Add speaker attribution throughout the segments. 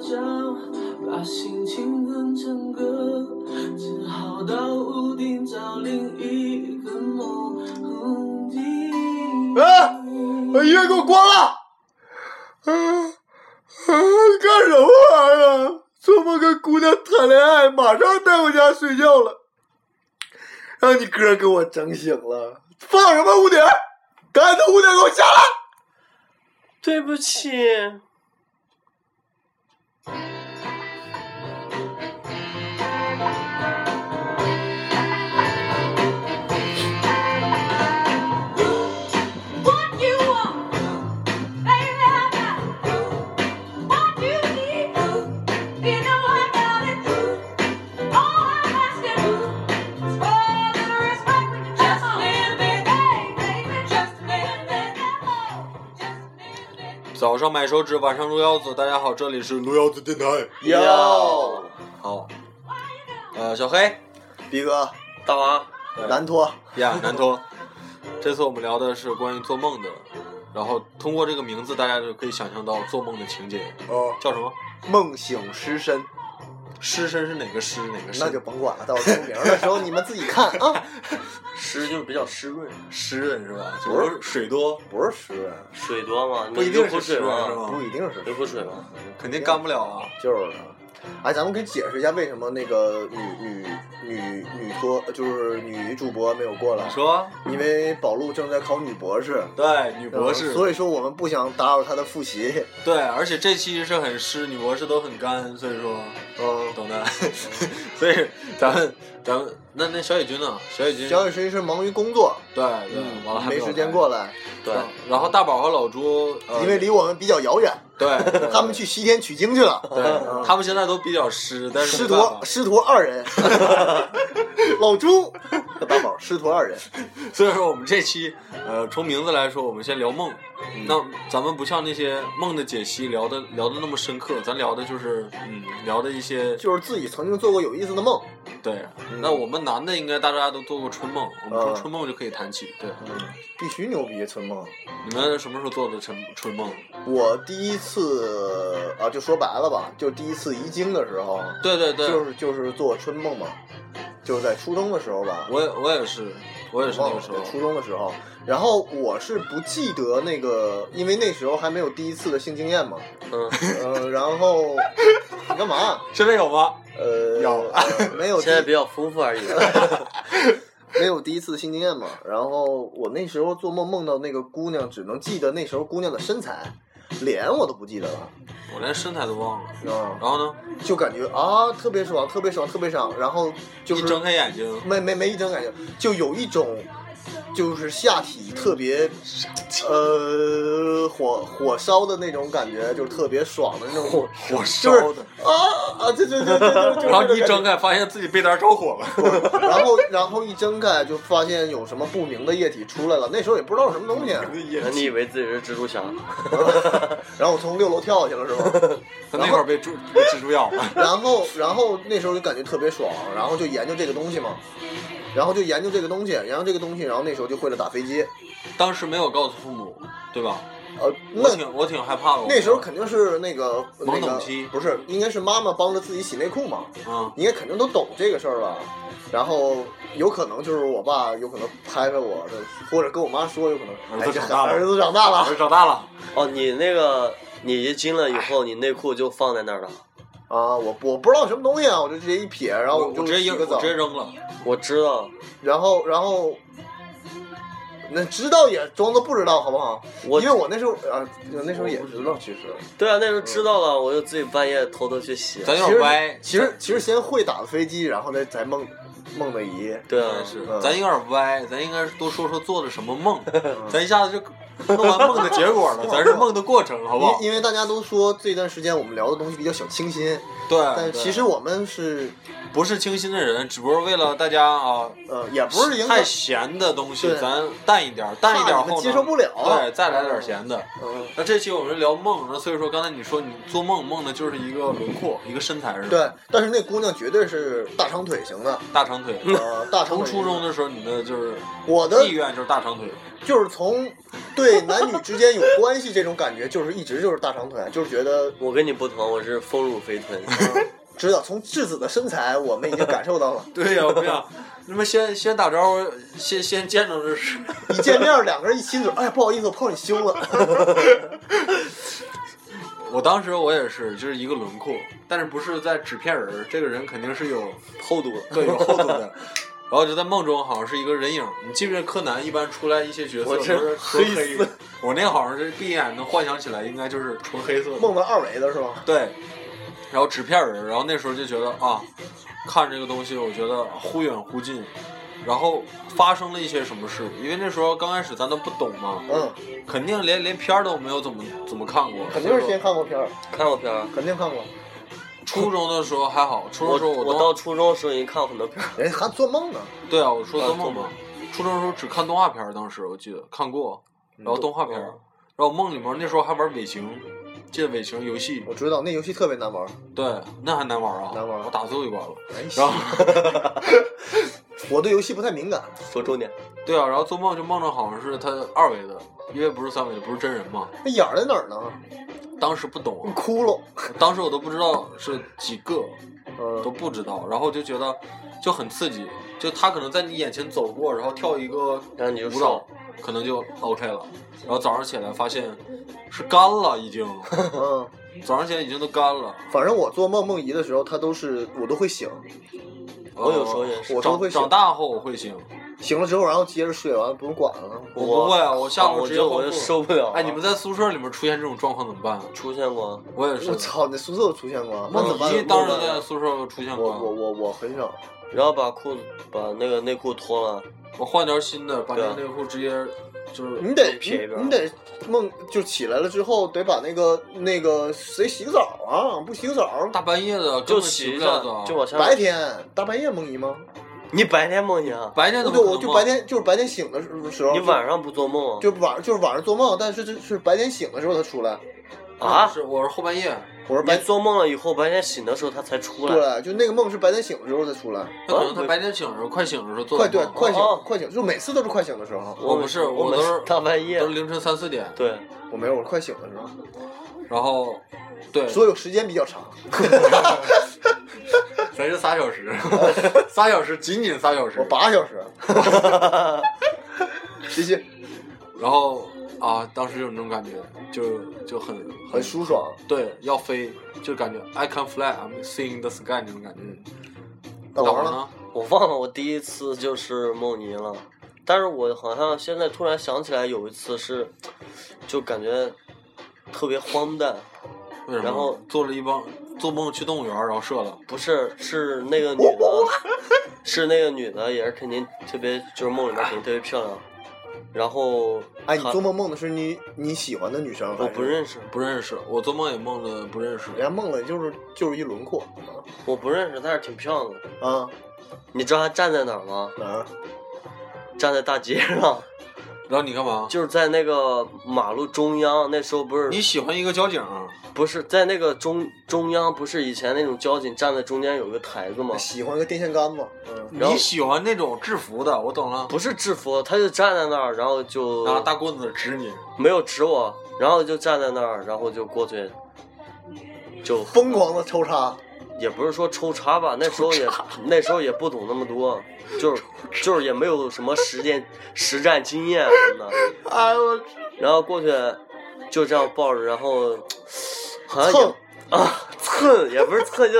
Speaker 1: 上，把心情哼成歌，只好到屋顶找另一个梦嗯境。
Speaker 2: 啊把音乐给我关了！啊啊！干什么玩意儿啊？这么跟姑娘谈恋爱，马上带回家睡觉了，让你哥给我整醒了。放什么屋顶？赶紧从屋顶给我下来！
Speaker 1: 对不起，
Speaker 3: What you want, baby, I got it. What you need, you know I got it. All I'm asking is for a little respect, just a little bit, baby, just a little bit, just a little bit.
Speaker 4: 早上买手指，晚上撸腰子。大家好，这里是撸腰子电台。
Speaker 2: 哟，
Speaker 4: 好，呃，小黑，
Speaker 2: 逼哥，
Speaker 5: 大王，
Speaker 4: 对
Speaker 2: 南托，
Speaker 4: 呀，南托。这次我们聊的是关于做梦的，然后通过这个名字，大家就可以想象到做梦的情节。
Speaker 2: 哦，
Speaker 4: 叫什么？
Speaker 2: 梦醒失身，
Speaker 4: 尸身是哪个尸？哪个身？
Speaker 2: 那就甭管了，到出名的时候你们自己看啊。
Speaker 5: 湿就是比较湿润，
Speaker 4: 湿润是吧？
Speaker 2: 不是
Speaker 4: 就是水多，
Speaker 2: 不是湿啊润，
Speaker 5: 水多嘛，你
Speaker 4: 不
Speaker 5: 们
Speaker 4: 一定
Speaker 5: 流
Speaker 4: 是
Speaker 5: 口
Speaker 4: 湿
Speaker 5: 水
Speaker 4: 润是
Speaker 5: 吗？
Speaker 2: 不
Speaker 4: 吗？
Speaker 2: 一定是湿
Speaker 5: 流口水吗？
Speaker 4: 肯定干不了啊。
Speaker 2: 就是啊，哎，咱们可以解释一下为什么那个女女女女托就是女主播没有过来
Speaker 4: 你，说，
Speaker 2: 因为宝路正在考女博士，
Speaker 4: 对，女博士，
Speaker 2: 嗯所以说我们不想打扰她的复习，
Speaker 4: 对，而且这期是很湿，女博士都很干，所以说，
Speaker 2: 嗯。
Speaker 4: 懂的。 所以咱们咱们那那小野君呢？小野君，
Speaker 2: 呃小雨实际是忙于工作，
Speaker 4: 对对，
Speaker 2: 嗯
Speaker 4: 完了，还
Speaker 2: 没
Speaker 4: 有
Speaker 2: 时间
Speaker 4: 来
Speaker 2: 过来，
Speaker 5: 对，
Speaker 4: 然后大宝和老朱，呃、
Speaker 2: 因为离我们比较遥远，
Speaker 4: 对对
Speaker 2: 他们去西天取经去了。嗯
Speaker 4: 对，他们现在都比较湿，但是
Speaker 2: 师
Speaker 4: 没办法
Speaker 2: 徒师徒二 人，老朱和大宝师徒二人，
Speaker 4: 所以说我们这期，呃，从名字来说，我们先聊梦。
Speaker 2: 嗯
Speaker 4: 那咱们不像那些梦的解析聊的聊的那么深刻，咱聊的就是嗯聊的一些
Speaker 2: 就是嗯自己曾经做过有意思的梦。
Speaker 4: 对。那我们男的应该大家都做过春梦，我们从春梦就可以谈起。对，
Speaker 2: 嗯，必须牛逼，春梦。
Speaker 4: 你们什么时候做的春春梦？
Speaker 2: 我第一次啊，就说白了吧，就第一次遗经的时候，
Speaker 4: 对对对，
Speaker 2: 就是就是做春梦嘛，就是在初中的时候吧，
Speaker 4: 我也我也是，我也是那
Speaker 2: 忘
Speaker 4: 个
Speaker 2: 了
Speaker 4: 时候
Speaker 2: 对。初中的时候。然后我是不记得那个，因为那时候还没有第一次的性经验嘛。
Speaker 5: 嗯，
Speaker 2: 呃，然后 你干嘛？
Speaker 4: 这边有吗？
Speaker 2: 呃，
Speaker 4: 有
Speaker 2: 呃没 有第
Speaker 5: 现在比较丰富而已。
Speaker 2: 没有第一次的性经验嘛。然后我那时候做梦梦到那个姑娘，只能记得那时候姑娘的身材，脸我都不记得了。
Speaker 4: 我连身材都忘了。
Speaker 2: 啊，
Speaker 4: 然后呢，
Speaker 2: 就感觉啊特别爽，特别爽，特别爽。然后就
Speaker 4: 一
Speaker 2: 是
Speaker 4: 睁开眼睛，
Speaker 2: 没没没一睁感觉，就有一种就是下体特别呃火火烧的那种感觉，就是特别爽的那种火
Speaker 4: 火烧的。
Speaker 2: 啊啊！这这这这 这，
Speaker 4: 然后一睁开，发现自己被单着火了。
Speaker 2: 然后然后一睁开就发现有什么不明的液体出来了，那时候也不知道什么东西啊。
Speaker 5: 那你以为自己是蜘蛛侠？
Speaker 2: 然后我从六楼跳下去了，是吧？
Speaker 4: 他那会儿被猪被蜘蛛咬了。
Speaker 2: 然后，然后那时候就感觉特别爽，然后就研究这个东西嘛，然后就研究这个东西，研究这个东西，然后那时候就会了打飞机。
Speaker 4: 当时没有告诉父母，对吧？
Speaker 2: 呃，
Speaker 4: 我
Speaker 2: 那
Speaker 4: 挺我挺害怕的。
Speaker 2: 那时候肯定是那个那
Speaker 4: 懵懂
Speaker 2: 个
Speaker 4: 期
Speaker 2: 不是，应该是妈妈帮着自己洗内裤嘛，
Speaker 4: 嗯，
Speaker 2: 你也肯定都懂这个事儿吧？然后有可能就是我爸有可能拍拍我，或者跟我妈说，有可能
Speaker 4: 儿子
Speaker 2: 哎这
Speaker 4: 长大了
Speaker 2: 儿子长大了
Speaker 4: 我长大了，
Speaker 5: 哦，你那个你一进了以后，你内裤就放在那儿了。
Speaker 2: 啊！我不我不知道什么东西啊，我就直接一撇，然后
Speaker 4: 我
Speaker 2: 就
Speaker 4: 直接
Speaker 2: 洗
Speaker 4: 扔，
Speaker 2: 个
Speaker 4: 我
Speaker 2: 澡
Speaker 4: 直，接扔了。
Speaker 5: 我知道，
Speaker 2: 然后然后。那知道也装作不知道，好不好？
Speaker 5: 我
Speaker 2: 因为我那时候啊，那时候也知道，其实
Speaker 5: 对啊，那时候知道了，我就自己半夜偷偷去洗。
Speaker 4: 咱有
Speaker 2: 其
Speaker 4: 点
Speaker 2: 实
Speaker 4: 歪，
Speaker 2: 其实其实先会打飞机，然后再再梦梦的姨，
Speaker 5: 对啊
Speaker 4: 咱。是
Speaker 2: 嗯
Speaker 4: 咱有点歪，咱应该是多说说做的什么 梦，咱一下子就弄完梦的结果 了，咱是梦的过程，好不好
Speaker 2: 因？因为大家都说这段时间我们聊的东西比较小清新，
Speaker 4: 对，
Speaker 2: 但
Speaker 4: 嗯对
Speaker 2: 其实我们是
Speaker 4: 不是清新的人，只不过为了大家啊。
Speaker 2: 呃也不是影响
Speaker 4: 太，咸的东西，
Speaker 2: 对
Speaker 4: 咱淡一点儿，淡一点儿
Speaker 2: 怕你们
Speaker 4: 后呢
Speaker 2: 接受不了
Speaker 4: 对，再来点儿咸的。
Speaker 2: 嗯
Speaker 4: 那这期我们聊梦，那所以说刚才你说你做梦梦的就是一个轮廓，一个身材是吧？，
Speaker 2: 对，但是那姑娘绝对是大长腿型的，
Speaker 4: 大长腿。
Speaker 2: 呃大长
Speaker 4: 从
Speaker 2: 腿型
Speaker 4: 嗯初中的时候，你的就是
Speaker 2: 我的
Speaker 4: 意愿就是大长腿，
Speaker 2: 就是从对男女之间有关系这种感觉，就是一直就是大长腿，就是觉得
Speaker 5: 我跟你不同，我是丰乳肥臀。
Speaker 2: 知道从质子的身材，我们已经感受到了。
Speaker 4: 对呀、不想，那么先先打招呼，先先见着这是，
Speaker 2: 一见面，两个人一亲嘴，哎呀，不好意思，我碰你胸了。
Speaker 4: 我当时我也是，就是一个轮廓，但是不是在纸片人儿，这个人肯定是有厚度，对，有厚度的。然后就在梦中好像是一个人影，你记不记得柯南一般出来一些角色
Speaker 5: 我
Speaker 4: 都
Speaker 5: 这
Speaker 4: 是
Speaker 5: 黑
Speaker 4: 纯黑
Speaker 5: 色
Speaker 4: 的，我那好像是闭眼能幻想起来，应该就是纯黑色的。
Speaker 2: 梦到二维的是吧？
Speaker 4: 对，然后纸片人，然后那时候就觉得啊，看这个东西，我觉得忽远忽近，然后发生了一些什么事，因为那时候刚开始咱都不懂嘛，
Speaker 2: 嗯，
Speaker 4: 肯定连连片儿都没有怎么怎么看过，
Speaker 2: 肯定是
Speaker 4: 所以
Speaker 2: 先
Speaker 4: 说
Speaker 2: 看过片儿，
Speaker 5: 看过片儿？啊
Speaker 2: 肯定看过。
Speaker 4: 初中的时候还好，初中的时候
Speaker 5: 我我
Speaker 4: 都
Speaker 5: 到初中时候已经看过很多片儿。
Speaker 2: 人家还做梦呢，
Speaker 4: 对啊，我说做梦嘛
Speaker 5: 啊，
Speaker 4: 初中的时候只看动画片儿，当时我记得看过，然后动画片儿，然后梦里面那时候还玩尾行，记得尾行游戏
Speaker 2: 我，知道那游戏特别难玩。
Speaker 4: 对，那还难玩啊，
Speaker 2: 嗯难玩
Speaker 4: 我打最后一关了，
Speaker 2: 哎
Speaker 4: 然后。
Speaker 2: 我对游戏不太敏感，
Speaker 5: 说重点，
Speaker 4: 对啊，然后做梦就梦着好像是他二维的，因为不是三维的，不是真人嘛。
Speaker 2: 那眼儿在哪儿呢？
Speaker 4: 当时不 懂啊，
Speaker 2: 窟窿。
Speaker 4: 当时我都不知道是几个，都
Speaker 2: 嗯，
Speaker 4: 不知道，然后就觉得就很刺激，就他可能在你眼前走过，然后跳一个
Speaker 5: 然后你就
Speaker 4: 舞蹈
Speaker 5: 上，
Speaker 4: 可能就 OK 了。然后早上起来发现是干了，已经
Speaker 2: 嗯，
Speaker 4: 早上起来已经都干了。
Speaker 2: 反正我做梦梦遗的时候，他都是我都会醒，
Speaker 5: 我有时候也是
Speaker 4: 呃
Speaker 2: 我都
Speaker 4: 长
Speaker 2: 会
Speaker 4: 长
Speaker 2: 醒
Speaker 4: 大后我会醒，
Speaker 2: 醒了之后，然后接着睡，完了不用管了。
Speaker 4: 我不会啊，我下
Speaker 5: 我
Speaker 4: 楼直接
Speaker 5: 就
Speaker 4: 换
Speaker 5: 我就
Speaker 4: 裤子
Speaker 5: 受不了了。
Speaker 4: 哎，你们在宿舍里面出现这种状况怎么办？啊
Speaker 5: 出现过？啊
Speaker 4: 我也是。
Speaker 2: 我操，你宿舍都出现过？那怎么
Speaker 4: 梦
Speaker 2: 办
Speaker 4: 怡当时
Speaker 5: 梦
Speaker 4: 在
Speaker 5: 到
Speaker 4: 宿舍出现
Speaker 2: 我
Speaker 4: 过，
Speaker 2: 我我我很少，
Speaker 5: 然后把裤子把那个内裤脱了，
Speaker 4: 我换条新的，把
Speaker 5: 对
Speaker 4: 那
Speaker 5: 啊
Speaker 4: 内裤直接就是
Speaker 2: 你得
Speaker 5: 撇一边儿
Speaker 2: 你得梦就起来了之后，得把那个那个谁洗个澡啊？不洗个澡，
Speaker 4: 大半夜的，
Speaker 5: 就
Speaker 4: 根本
Speaker 5: 洗
Speaker 4: 不
Speaker 5: 一
Speaker 4: 了啊
Speaker 5: 下
Speaker 4: 澡，，
Speaker 5: 就往下。
Speaker 2: 白天大半夜梦遗吗？
Speaker 5: 你白天梦见啊？
Speaker 4: 白天
Speaker 2: 对，
Speaker 4: 怎么可能
Speaker 2: 我就白天就是白天醒的时时候，
Speaker 5: 你晚上不做梦啊？
Speaker 2: 就就晚就是晚上做梦，但是这是白天醒的时候他出来。
Speaker 4: 梦
Speaker 5: 啊
Speaker 4: 是我是后半夜，
Speaker 2: 我说
Speaker 5: 你
Speaker 2: 白
Speaker 5: 做梦了以后，白天醒的时候他才出来。
Speaker 2: 对，就那个梦是白天醒的时候才出来。
Speaker 4: 他可能他
Speaker 5: 我
Speaker 4: 白天醒的时候，快醒的时候做啊
Speaker 2: 快
Speaker 4: 的
Speaker 2: 对，
Speaker 4: 梦
Speaker 2: 快醒
Speaker 5: 哦
Speaker 2: 快醒，就每次都是快醒的时候。
Speaker 4: 我不
Speaker 5: 们
Speaker 4: 是我
Speaker 5: 我们
Speaker 4: 都是
Speaker 5: 大半夜
Speaker 4: 都。是凌晨三四点，
Speaker 5: 对，
Speaker 2: 我没有，我是快醒的时候，
Speaker 4: 然后对，
Speaker 2: 所以我时间比较长。
Speaker 4: 咱是仨小 时，仨小时仅仅仨小
Speaker 2: 我
Speaker 4: 时，
Speaker 2: 八小时。 继续，
Speaker 4: 然后啊，当时有那种感觉，就就很
Speaker 2: 很舒爽。
Speaker 4: 对，要飞就感觉 I can fly, I'm seeing the sky 那种感觉。
Speaker 2: 那
Speaker 4: 大伙
Speaker 2: 完
Speaker 4: 儿
Speaker 2: 了，
Speaker 4: 呢？
Speaker 5: 我忘了我第一次就是梦妮了，但是我好像现在突然想起来有一次是，就感觉特别荒诞，
Speaker 4: 为什么？
Speaker 5: 然后
Speaker 4: 做了一帮做梦去动物园儿，然后射了。
Speaker 5: 不是是那个女的，是那个女的也是肯定特别就是梦里面肯定特别漂亮，然后
Speaker 2: 哎，你
Speaker 5: 她
Speaker 2: 做梦梦的是你你喜欢的女生，
Speaker 5: 我不
Speaker 2: 还是，
Speaker 5: 认识，
Speaker 4: 不认识，我做梦也梦了不认识。
Speaker 2: 人家梦的就是就是一轮廓
Speaker 5: 我不认识，但是挺漂亮的。
Speaker 2: 啊，
Speaker 5: 你知道她站在哪儿吗？
Speaker 2: 哪儿？
Speaker 5: 站在大街上，
Speaker 4: 然后你干嘛？
Speaker 5: 就是在那个马路中央。那时候不是
Speaker 4: 你喜欢一个交警，啊
Speaker 5: 不是在那个中中央，不是以前那种交警站在中间有个台子吗？
Speaker 2: 喜欢一个电线杆子，嗯，
Speaker 5: 然后
Speaker 4: 你喜欢那种制服的，我懂了，
Speaker 5: 不是制服，他就站在那儿，然后就
Speaker 4: 拿大棍子指你。
Speaker 5: 没有指我，然后就站在那儿，然后就过去，就
Speaker 2: 疯狂的抽插，
Speaker 5: 也不是说抽插吧，那时候也那时候也不懂那么多，就是就是也没有什么实践实战经验什么的，
Speaker 2: 哎我
Speaker 5: 然后过去就这样抱着，然后好像
Speaker 2: 蹭
Speaker 5: 也，啊蹭也不是蹭就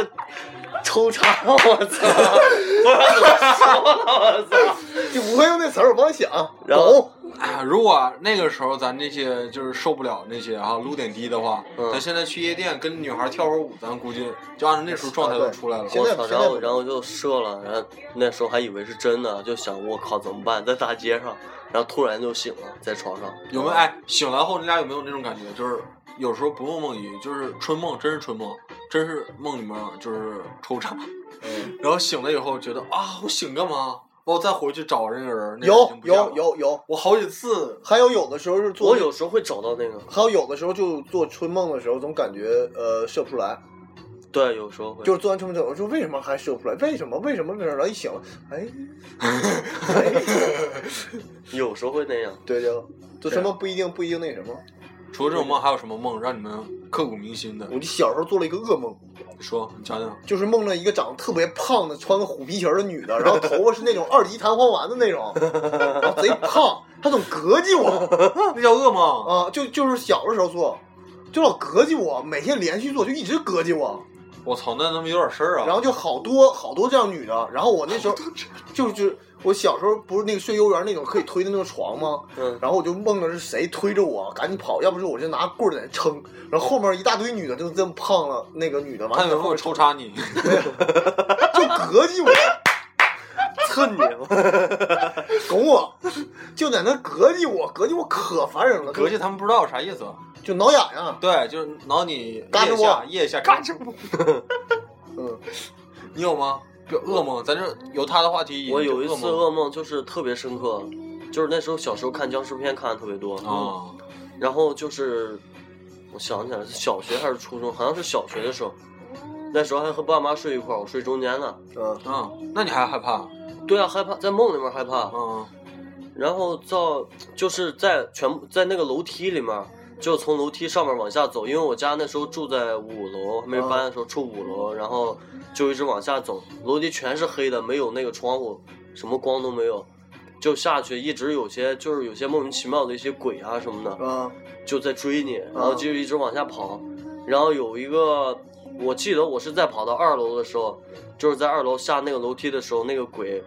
Speaker 5: 抽插，我操，我操，我操。
Speaker 2: 你不会用那词儿，我帮你想，
Speaker 5: 然后
Speaker 2: 懂。
Speaker 4: 哎如果那个时候咱这些就是受不了那些哈、撸点低的话，
Speaker 5: 嗯
Speaker 4: 咱现在去夜店跟女孩跳会儿舞，咱估计就按照那时候状态都出来了。
Speaker 2: 啊现
Speaker 5: 我
Speaker 2: 在
Speaker 5: 操！
Speaker 2: 现
Speaker 5: 然
Speaker 2: 在
Speaker 5: 后
Speaker 2: 不
Speaker 5: 然后就射了，然后那时候还以为是真的，就想我靠怎么办，在大街上，然后突然就醒了，在床上。
Speaker 4: 有没有？哎，醒来后你俩有没有那种感觉？就是有时候不梦梦遗，就是春梦，真是春梦，真是梦里面就是抽查，
Speaker 2: 嗯
Speaker 4: 然后醒了以后觉得啊，我醒干嘛？我再回去找那个人，那个人已
Speaker 2: 有
Speaker 4: 经不见了
Speaker 2: 有，有有，
Speaker 4: 我好几次
Speaker 2: 还有有的时候是做
Speaker 5: 我有时候会找到那个，
Speaker 2: 还有有的时候就做春梦的时候，总感觉呃射不出来，
Speaker 5: 对，有时候会
Speaker 2: 就是做完成品，我说为什么还射不出来？为什么？为什么？为什么？然后一醒了，哎，哎
Speaker 5: 有时候会那样。
Speaker 2: 对就就什么不一定不一定那什么。
Speaker 4: 除了这种梦，还有什么梦让你们刻骨铭心的？
Speaker 2: 我就小时候做了一个噩梦，
Speaker 4: 说，你讲啊讲。
Speaker 2: 就是梦着一个长得特别胖的、穿个虎皮裙儿的女的，然后头发是那种二级弹簧丸的那种，然后贼胖，她总膈击我
Speaker 4: 那叫噩梦。
Speaker 2: 啊，就就是小的时候做，就老膈击我，每天连续做，就一直膈击我。
Speaker 4: 我操，那他妈有点事儿啊。
Speaker 2: 然后就好多好多这样女的，然后我那时候就是就是我小时候不是那个睡幼儿园那种可以推的那个床吗？
Speaker 5: 嗯，
Speaker 2: 然后我就梦着是谁推着我，赶紧跑，要不是我就拿棍儿在那撑，然后后面一大堆女的就这么胖了，那个女的完
Speaker 4: 他
Speaker 2: 了
Speaker 4: 有没有抽插你？
Speaker 2: 就膈击我，
Speaker 5: 蹭你，
Speaker 2: 拱我，就在那膈击我，膈击我可烦人了，
Speaker 4: 隔去他们不知道啥意思。
Speaker 2: 就挠痒痒，
Speaker 4: 对，就是挠你
Speaker 2: 嘎吱
Speaker 4: 腋
Speaker 2: 窝
Speaker 4: 下，腋下。
Speaker 2: 嘎吱窝。 嗯，
Speaker 4: 你有吗？不噩梦，咱这由他的话题引
Speaker 5: 我
Speaker 4: 就
Speaker 5: 有一次
Speaker 4: 梦
Speaker 5: 噩梦就是特别深刻，就是那时候小时候看僵尸片看的特别多，
Speaker 4: 啊，
Speaker 5: 然后就是我想起来了，是小学还是初中，好像是小学的时候，那时候还和爸妈睡一块儿，我睡中间呢。
Speaker 2: 嗯，
Speaker 4: 嗯，那你还害怕？
Speaker 5: 对啊，害怕在梦里面害怕，
Speaker 4: 嗯，
Speaker 5: 然后到就是在全部在那个楼梯里面，就从楼梯上面往下走，因为我家那时候住在五楼，还没搬的时候住五楼，然后就一直往下走，楼梯全是黑的，没有那个窗户，什么光都没有，就下去，一直有些就是有些莫名其妙的一些鬼啊什么的，
Speaker 2: 啊，
Speaker 5: 就在追你，然后就一直往下跑，然后有一个，我记得我是在跑到二楼的时候，就是在二楼下那个楼梯的时候，那个鬼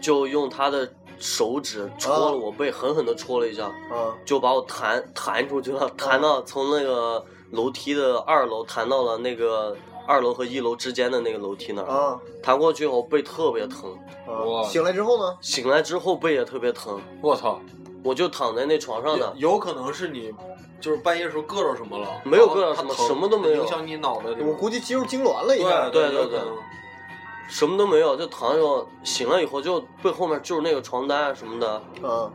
Speaker 5: 就用他的手指戳了我背，狠狠的戳了一下，
Speaker 2: 啊，
Speaker 5: 就把我弹弹出去了，弹到从那个楼梯的二楼弹到了那个二楼和一楼之间的那个楼梯那儿，
Speaker 2: 啊，
Speaker 5: 弹过去以后背特别疼，
Speaker 2: 啊
Speaker 4: 哇
Speaker 2: 醒来之后呢？
Speaker 5: 醒来之后背也特别疼，
Speaker 4: 我操，
Speaker 5: 我就躺在那床上呢
Speaker 4: 有。有可能是你就是半夜时候硌着什么了，
Speaker 5: 没有硌着
Speaker 4: 然后它
Speaker 5: 什么
Speaker 4: 疼
Speaker 5: 什么都没有
Speaker 4: 影响你脑袋。
Speaker 2: 我估计肌肉痉挛了一下
Speaker 4: 对，
Speaker 5: 对
Speaker 4: 有
Speaker 5: 对对
Speaker 4: 可能
Speaker 5: 什么都没有，就躺在床上醒了以后就被后面就是那个床单啊什么的，
Speaker 2: 啊，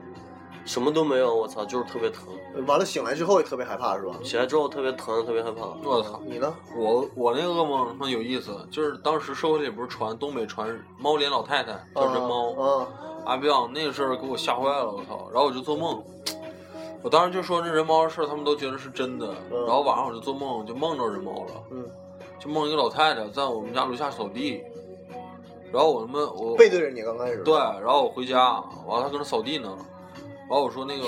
Speaker 5: 什么都没有，我操，就是特别疼。
Speaker 2: 完了醒来之后也特别害怕是吧？
Speaker 5: 起来之后特别疼，特别害怕。
Speaker 4: 我操。
Speaker 2: 你呢？
Speaker 4: 我我那个噩梦他妈有意思，就是当时社会里不是传东北传猫脸老太太叫
Speaker 2: 啊
Speaker 4: 人
Speaker 5: 嗯
Speaker 4: 猫，
Speaker 2: 啊
Speaker 4: 阿彪那个事儿给我吓坏了，我操！然后我就做梦，我当时就说这人猫的事儿他们都觉得是真的，
Speaker 2: 嗯
Speaker 4: 然后晚上我就做梦，就梦着人猫了，
Speaker 2: 嗯，
Speaker 4: 就梦一个老太太在我们家楼下扫地，然后我他妈我
Speaker 2: 背对着你刚开始。
Speaker 4: 对，然后我回家，啊完了她搁那扫地呢，然后我说那个，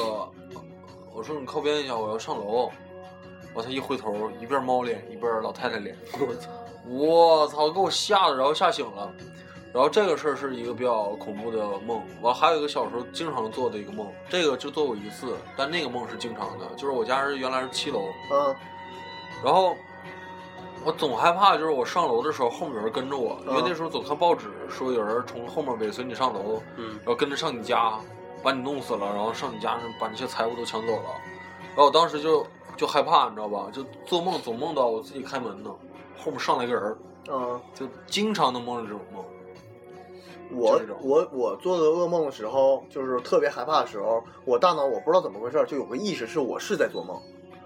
Speaker 4: 我说你靠边一下，我要上楼，完她一回头，一边猫脸一边老太太脸，
Speaker 5: 我操！
Speaker 4: 我操，给我吓的，然后吓醒了。然后这个事儿是一个比较恐怖的梦，完还有一个小时候经常做的一个梦，这个就做过一次，但那个梦是经常的，就是我家是原来是七楼，
Speaker 2: 啊
Speaker 4: 然后我总害怕，就是我上楼的时候后面有人跟着我，因为那时候总看报纸说有人从后面尾随你上楼，
Speaker 5: 嗯
Speaker 4: 然后跟着上你家，把你弄死了，然后上你家把那些财物都抢走了，然后我当时就就害怕，你知道吧？就做梦总梦到我自己开门呢，后面上来个人儿。
Speaker 2: 啊！
Speaker 4: 就经常能梦着这种梦。
Speaker 2: 我
Speaker 4: 这种
Speaker 2: 我我做的噩梦的时候，就是特别害怕的时候，我大脑我不知道怎么回事儿，就有个意识是我是在做梦，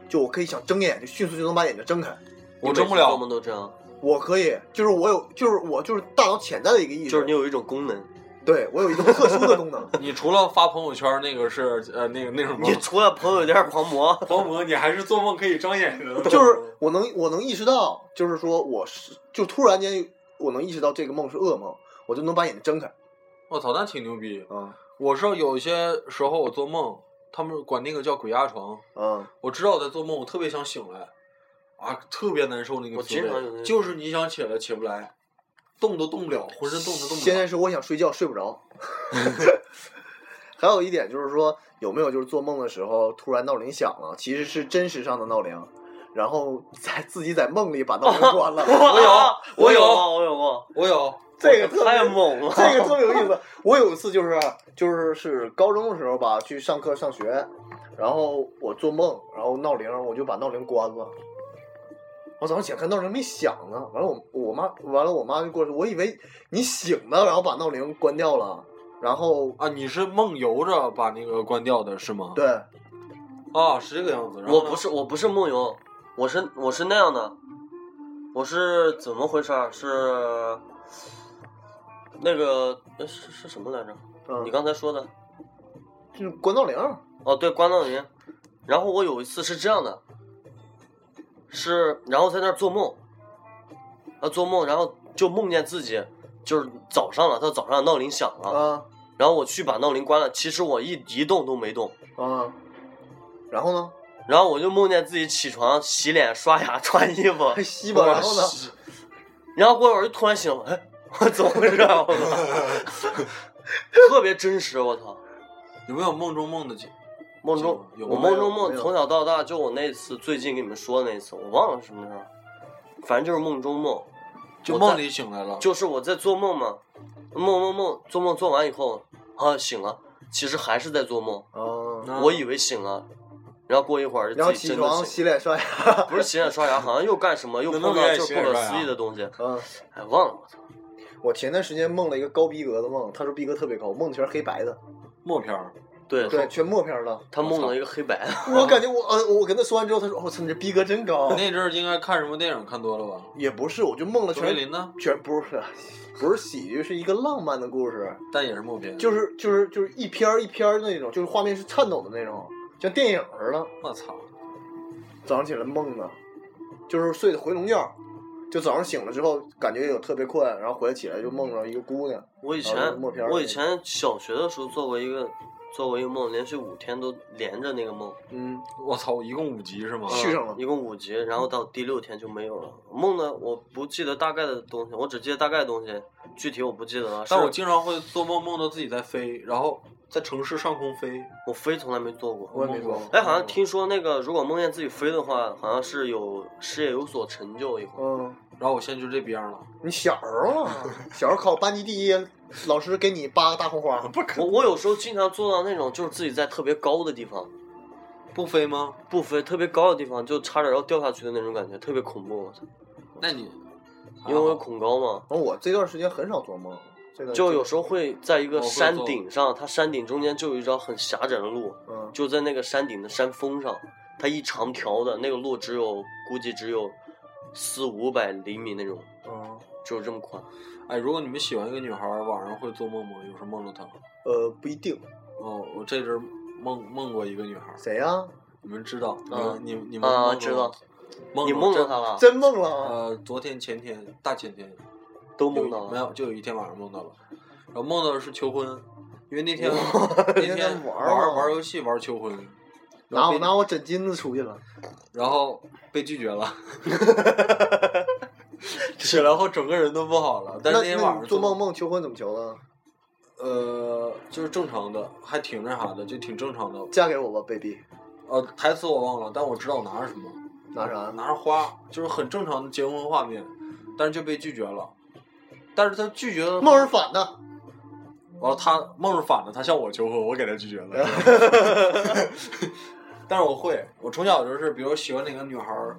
Speaker 2: 就我可以想睁眼，就迅速就能把眼睛睁开。
Speaker 4: 我睁不
Speaker 5: 你每次做
Speaker 4: 了，
Speaker 5: 梦都这样，
Speaker 2: 我可以，就是我有，就是我就是大脑潜在的一个意识，
Speaker 5: 就是你有一种功能，
Speaker 2: 对我有一个特殊的功 能
Speaker 4: 你除了发朋友圈那个是呃那个那种
Speaker 5: 你除了朋友圈狂魔，
Speaker 4: 黄渤，你还是做梦可以张眼睛的。
Speaker 2: 就是我能我能意识到，就是说我是就突然间我能意识到这个梦是噩梦，我就能把眼睛睁开
Speaker 4: 我操，那挺牛逼。
Speaker 2: 啊
Speaker 4: 我是有些时候我做梦，他们管那个叫鬼压床。
Speaker 2: 啊
Speaker 4: 我知道我在做梦，我特别想醒来，啊，特别难受那个
Speaker 5: 我
Speaker 4: 滋
Speaker 5: 经常有那
Speaker 4: 味，就是你想起来起不来，动都动不了，浑身动都动不
Speaker 2: 现在
Speaker 4: 了。
Speaker 2: 是我想睡觉睡不 着。还有一点就是说，有没有就是做梦的时候突然闹铃响了，其实是真实上的闹铃，然后在自己在梦里把闹铃关 了。
Speaker 5: 我有，我
Speaker 4: 我有
Speaker 5: 过，我有过，
Speaker 4: 我有，
Speaker 2: 这个特别
Speaker 5: 太猛 了，
Speaker 2: 这个特别有意思。我有一次就是就是是高中的时候吧，去上课上学，然后我做梦，然后闹铃，我就把闹铃关了。我早上起来看闹铃没响呢，完了我我妈完了我妈就过来说，我以为你醒了，然后把闹铃关掉了，然后
Speaker 4: 啊，你是梦游着把那个关掉的是吗？
Speaker 2: 对
Speaker 4: 啊，是这个样子。然后
Speaker 5: 我
Speaker 4: 呢
Speaker 5: 不是我不是梦游，我是我是那样的，我是怎么回事儿？是那个呃是是什么来着？
Speaker 2: 嗯
Speaker 5: 你刚才说的
Speaker 2: 就是关到铃儿，
Speaker 5: 哦，对，关到您。然后我有一次是这样的，是然后在那儿做梦，啊做梦，然后就梦见自己就是早上了，他早上闹铃响了，
Speaker 2: 啊
Speaker 5: 然后我去把闹铃关了，其实我一一动都没动。
Speaker 2: 啊，然后呢？
Speaker 5: 然后我就梦见自己起床、洗脸、刷牙、 穿衣服，
Speaker 2: 还吸
Speaker 5: 哦
Speaker 2: 吧，然后呢？
Speaker 5: 然后过一会儿就突然醒了，哎，我怎么回事啊？我操特别真实，我操！
Speaker 4: 有没有梦中梦的经？
Speaker 5: 梦中
Speaker 4: 有有
Speaker 5: 我梦中
Speaker 2: 没
Speaker 5: 梦
Speaker 2: 有
Speaker 5: 从小到大就我那次最近跟你们说的那次，我忘了什么时候，反正就是梦中梦，
Speaker 4: 就
Speaker 5: 我在
Speaker 4: 梦里醒来了，
Speaker 5: 就是我在做梦嘛，梦梦梦做梦做完以后啊醒了，其实还是在做梦，
Speaker 2: 啊，
Speaker 4: 啊
Speaker 5: 我以为醒了，然后过一会儿
Speaker 2: 然后
Speaker 5: 自己
Speaker 2: 起
Speaker 5: 真的
Speaker 2: 床
Speaker 5: 醒
Speaker 2: 洗脸 刷牙，
Speaker 5: 了，不是洗脸刷牙，好像又干什么，又
Speaker 6: 那
Speaker 5: 碰
Speaker 6: 梦
Speaker 5: 到
Speaker 6: 见
Speaker 5: 就是
Speaker 6: 洗
Speaker 5: 不
Speaker 6: 脸
Speaker 5: 可
Speaker 6: 刷牙
Speaker 5: 思议的东西，
Speaker 2: 嗯，
Speaker 5: 哎，忘了，我操，
Speaker 2: 我前段时间梦了一个高逼格的梦，他说逼格特别高，梦全是黑白的，
Speaker 4: 默片儿。
Speaker 5: 对
Speaker 2: 对，全默片儿的。
Speaker 5: 他梦了一个黑白的。
Speaker 2: 我感觉我呃，我跟他说完之后，他说：“我、操，你这逼格真高。
Speaker 4: 那阵儿应该看什么电影看多了吧？”
Speaker 2: 也不是，我就梦了
Speaker 4: 卓别
Speaker 2: 全
Speaker 4: 林呢？
Speaker 2: 全不是，不是喜剧，是一个浪漫的故事，
Speaker 4: 但也是默片。
Speaker 2: 就是就是就是一篇儿一篇儿那种，就是画面是颤抖的那种，像电影似的。
Speaker 4: 我操，
Speaker 2: 早上起来梦呢，就是睡的回笼觉，就早上醒了之后感觉有特别困，然后回来起来就梦着一个姑娘，
Speaker 5: 我以前
Speaker 2: 然后哦默片儿
Speaker 5: 我以前小学的时候做过一个做过一个梦，连续五天都连着那个梦，
Speaker 2: 嗯，
Speaker 4: 我操，一共五集是吗？
Speaker 2: 续上了
Speaker 5: 呃一共五集，然后到第六天就没有了。梦呢，我不记得大概的东西，我只记得大概的东西，具体我不记得了。
Speaker 4: 但
Speaker 5: 是
Speaker 4: 我经常会做梦，梦到自己在飞，然后在城市上空飞。
Speaker 5: 我飞从来没做过。
Speaker 2: 我也没做。
Speaker 5: 哎，好像听说那个，如果梦见自己飞的话，好像是有事业有所成就以后。
Speaker 2: 嗯，
Speaker 4: 然后我现在就这边了，
Speaker 2: 你小时候啊，小时候考班级第一，老师给你八个大红花， 不可
Speaker 5: 我我有时候经常做到那种，就是自己在特别高的地方
Speaker 4: 不飞吗？
Speaker 5: 不飞，特别高的地方就差点要掉下去的那种感觉，特别恐怖。我操
Speaker 4: 那你
Speaker 5: 因为我有恐高嘛，
Speaker 2: 能。我这段时间很少做梦，这个
Speaker 5: 就有时候会在一个
Speaker 4: 我会
Speaker 5: 山
Speaker 4: 做
Speaker 5: 顶上，它山顶中间就有一条很狭窄的路，
Speaker 2: 嗯
Speaker 5: 就在那个山顶的山峰上，它一长条的那个路只有估计只有四五百厘米那种，
Speaker 2: 嗯
Speaker 5: 只有这么宽。
Speaker 4: 哎，如果你们喜欢一个女孩儿，晚上会做梦吗？有时候梦到她。
Speaker 2: 呃不一定，
Speaker 4: 哦，我这阵儿梦梦过一个女孩儿，
Speaker 2: 谁啊呀、
Speaker 4: 你们知道？
Speaker 5: 嗯
Speaker 4: 你们你们
Speaker 5: 啊
Speaker 4: 梦过
Speaker 5: 知道
Speaker 4: 吗梦
Speaker 5: 你
Speaker 4: 过
Speaker 5: 梦到
Speaker 4: 真
Speaker 5: 它了？
Speaker 2: 真梦了啊！
Speaker 4: 呃，昨天、前天、大前天
Speaker 5: 都
Speaker 4: 有
Speaker 5: 梦到
Speaker 4: 没
Speaker 5: 了。
Speaker 4: 有？就有一天晚上梦到了，然后梦到的是求婚，因为那天
Speaker 2: 天
Speaker 4: 那
Speaker 2: 天
Speaker 4: 天
Speaker 2: 玩儿
Speaker 4: 玩
Speaker 2: 嘛
Speaker 4: 儿玩儿游戏玩儿求婚，
Speaker 2: 拿
Speaker 4: 然后
Speaker 2: 我
Speaker 4: 被
Speaker 2: 拿我枕巾子出去了，
Speaker 4: 然后被拒绝了， 起来后整个人都不好了。但是
Speaker 2: 那
Speaker 4: 天晚
Speaker 2: 那
Speaker 4: 上
Speaker 2: 你做梦，梦求婚怎么求的？
Speaker 4: 呃，就是正常的，还挺那啥的，就挺正常的。
Speaker 2: 嫁给我吧，baby。
Speaker 4: 呃，台词我忘了，但我知道我拿着什么，
Speaker 2: 拿啥？
Speaker 4: 拿着花，就是很正常的结婚画面，但是就被拒绝了。但是他拒绝了，
Speaker 2: 梦是反的，
Speaker 4: 完了他梦是反的，他向我求婚，我给他 拒绝了。但是我会，我从小就是，比如喜欢哪个女孩儿，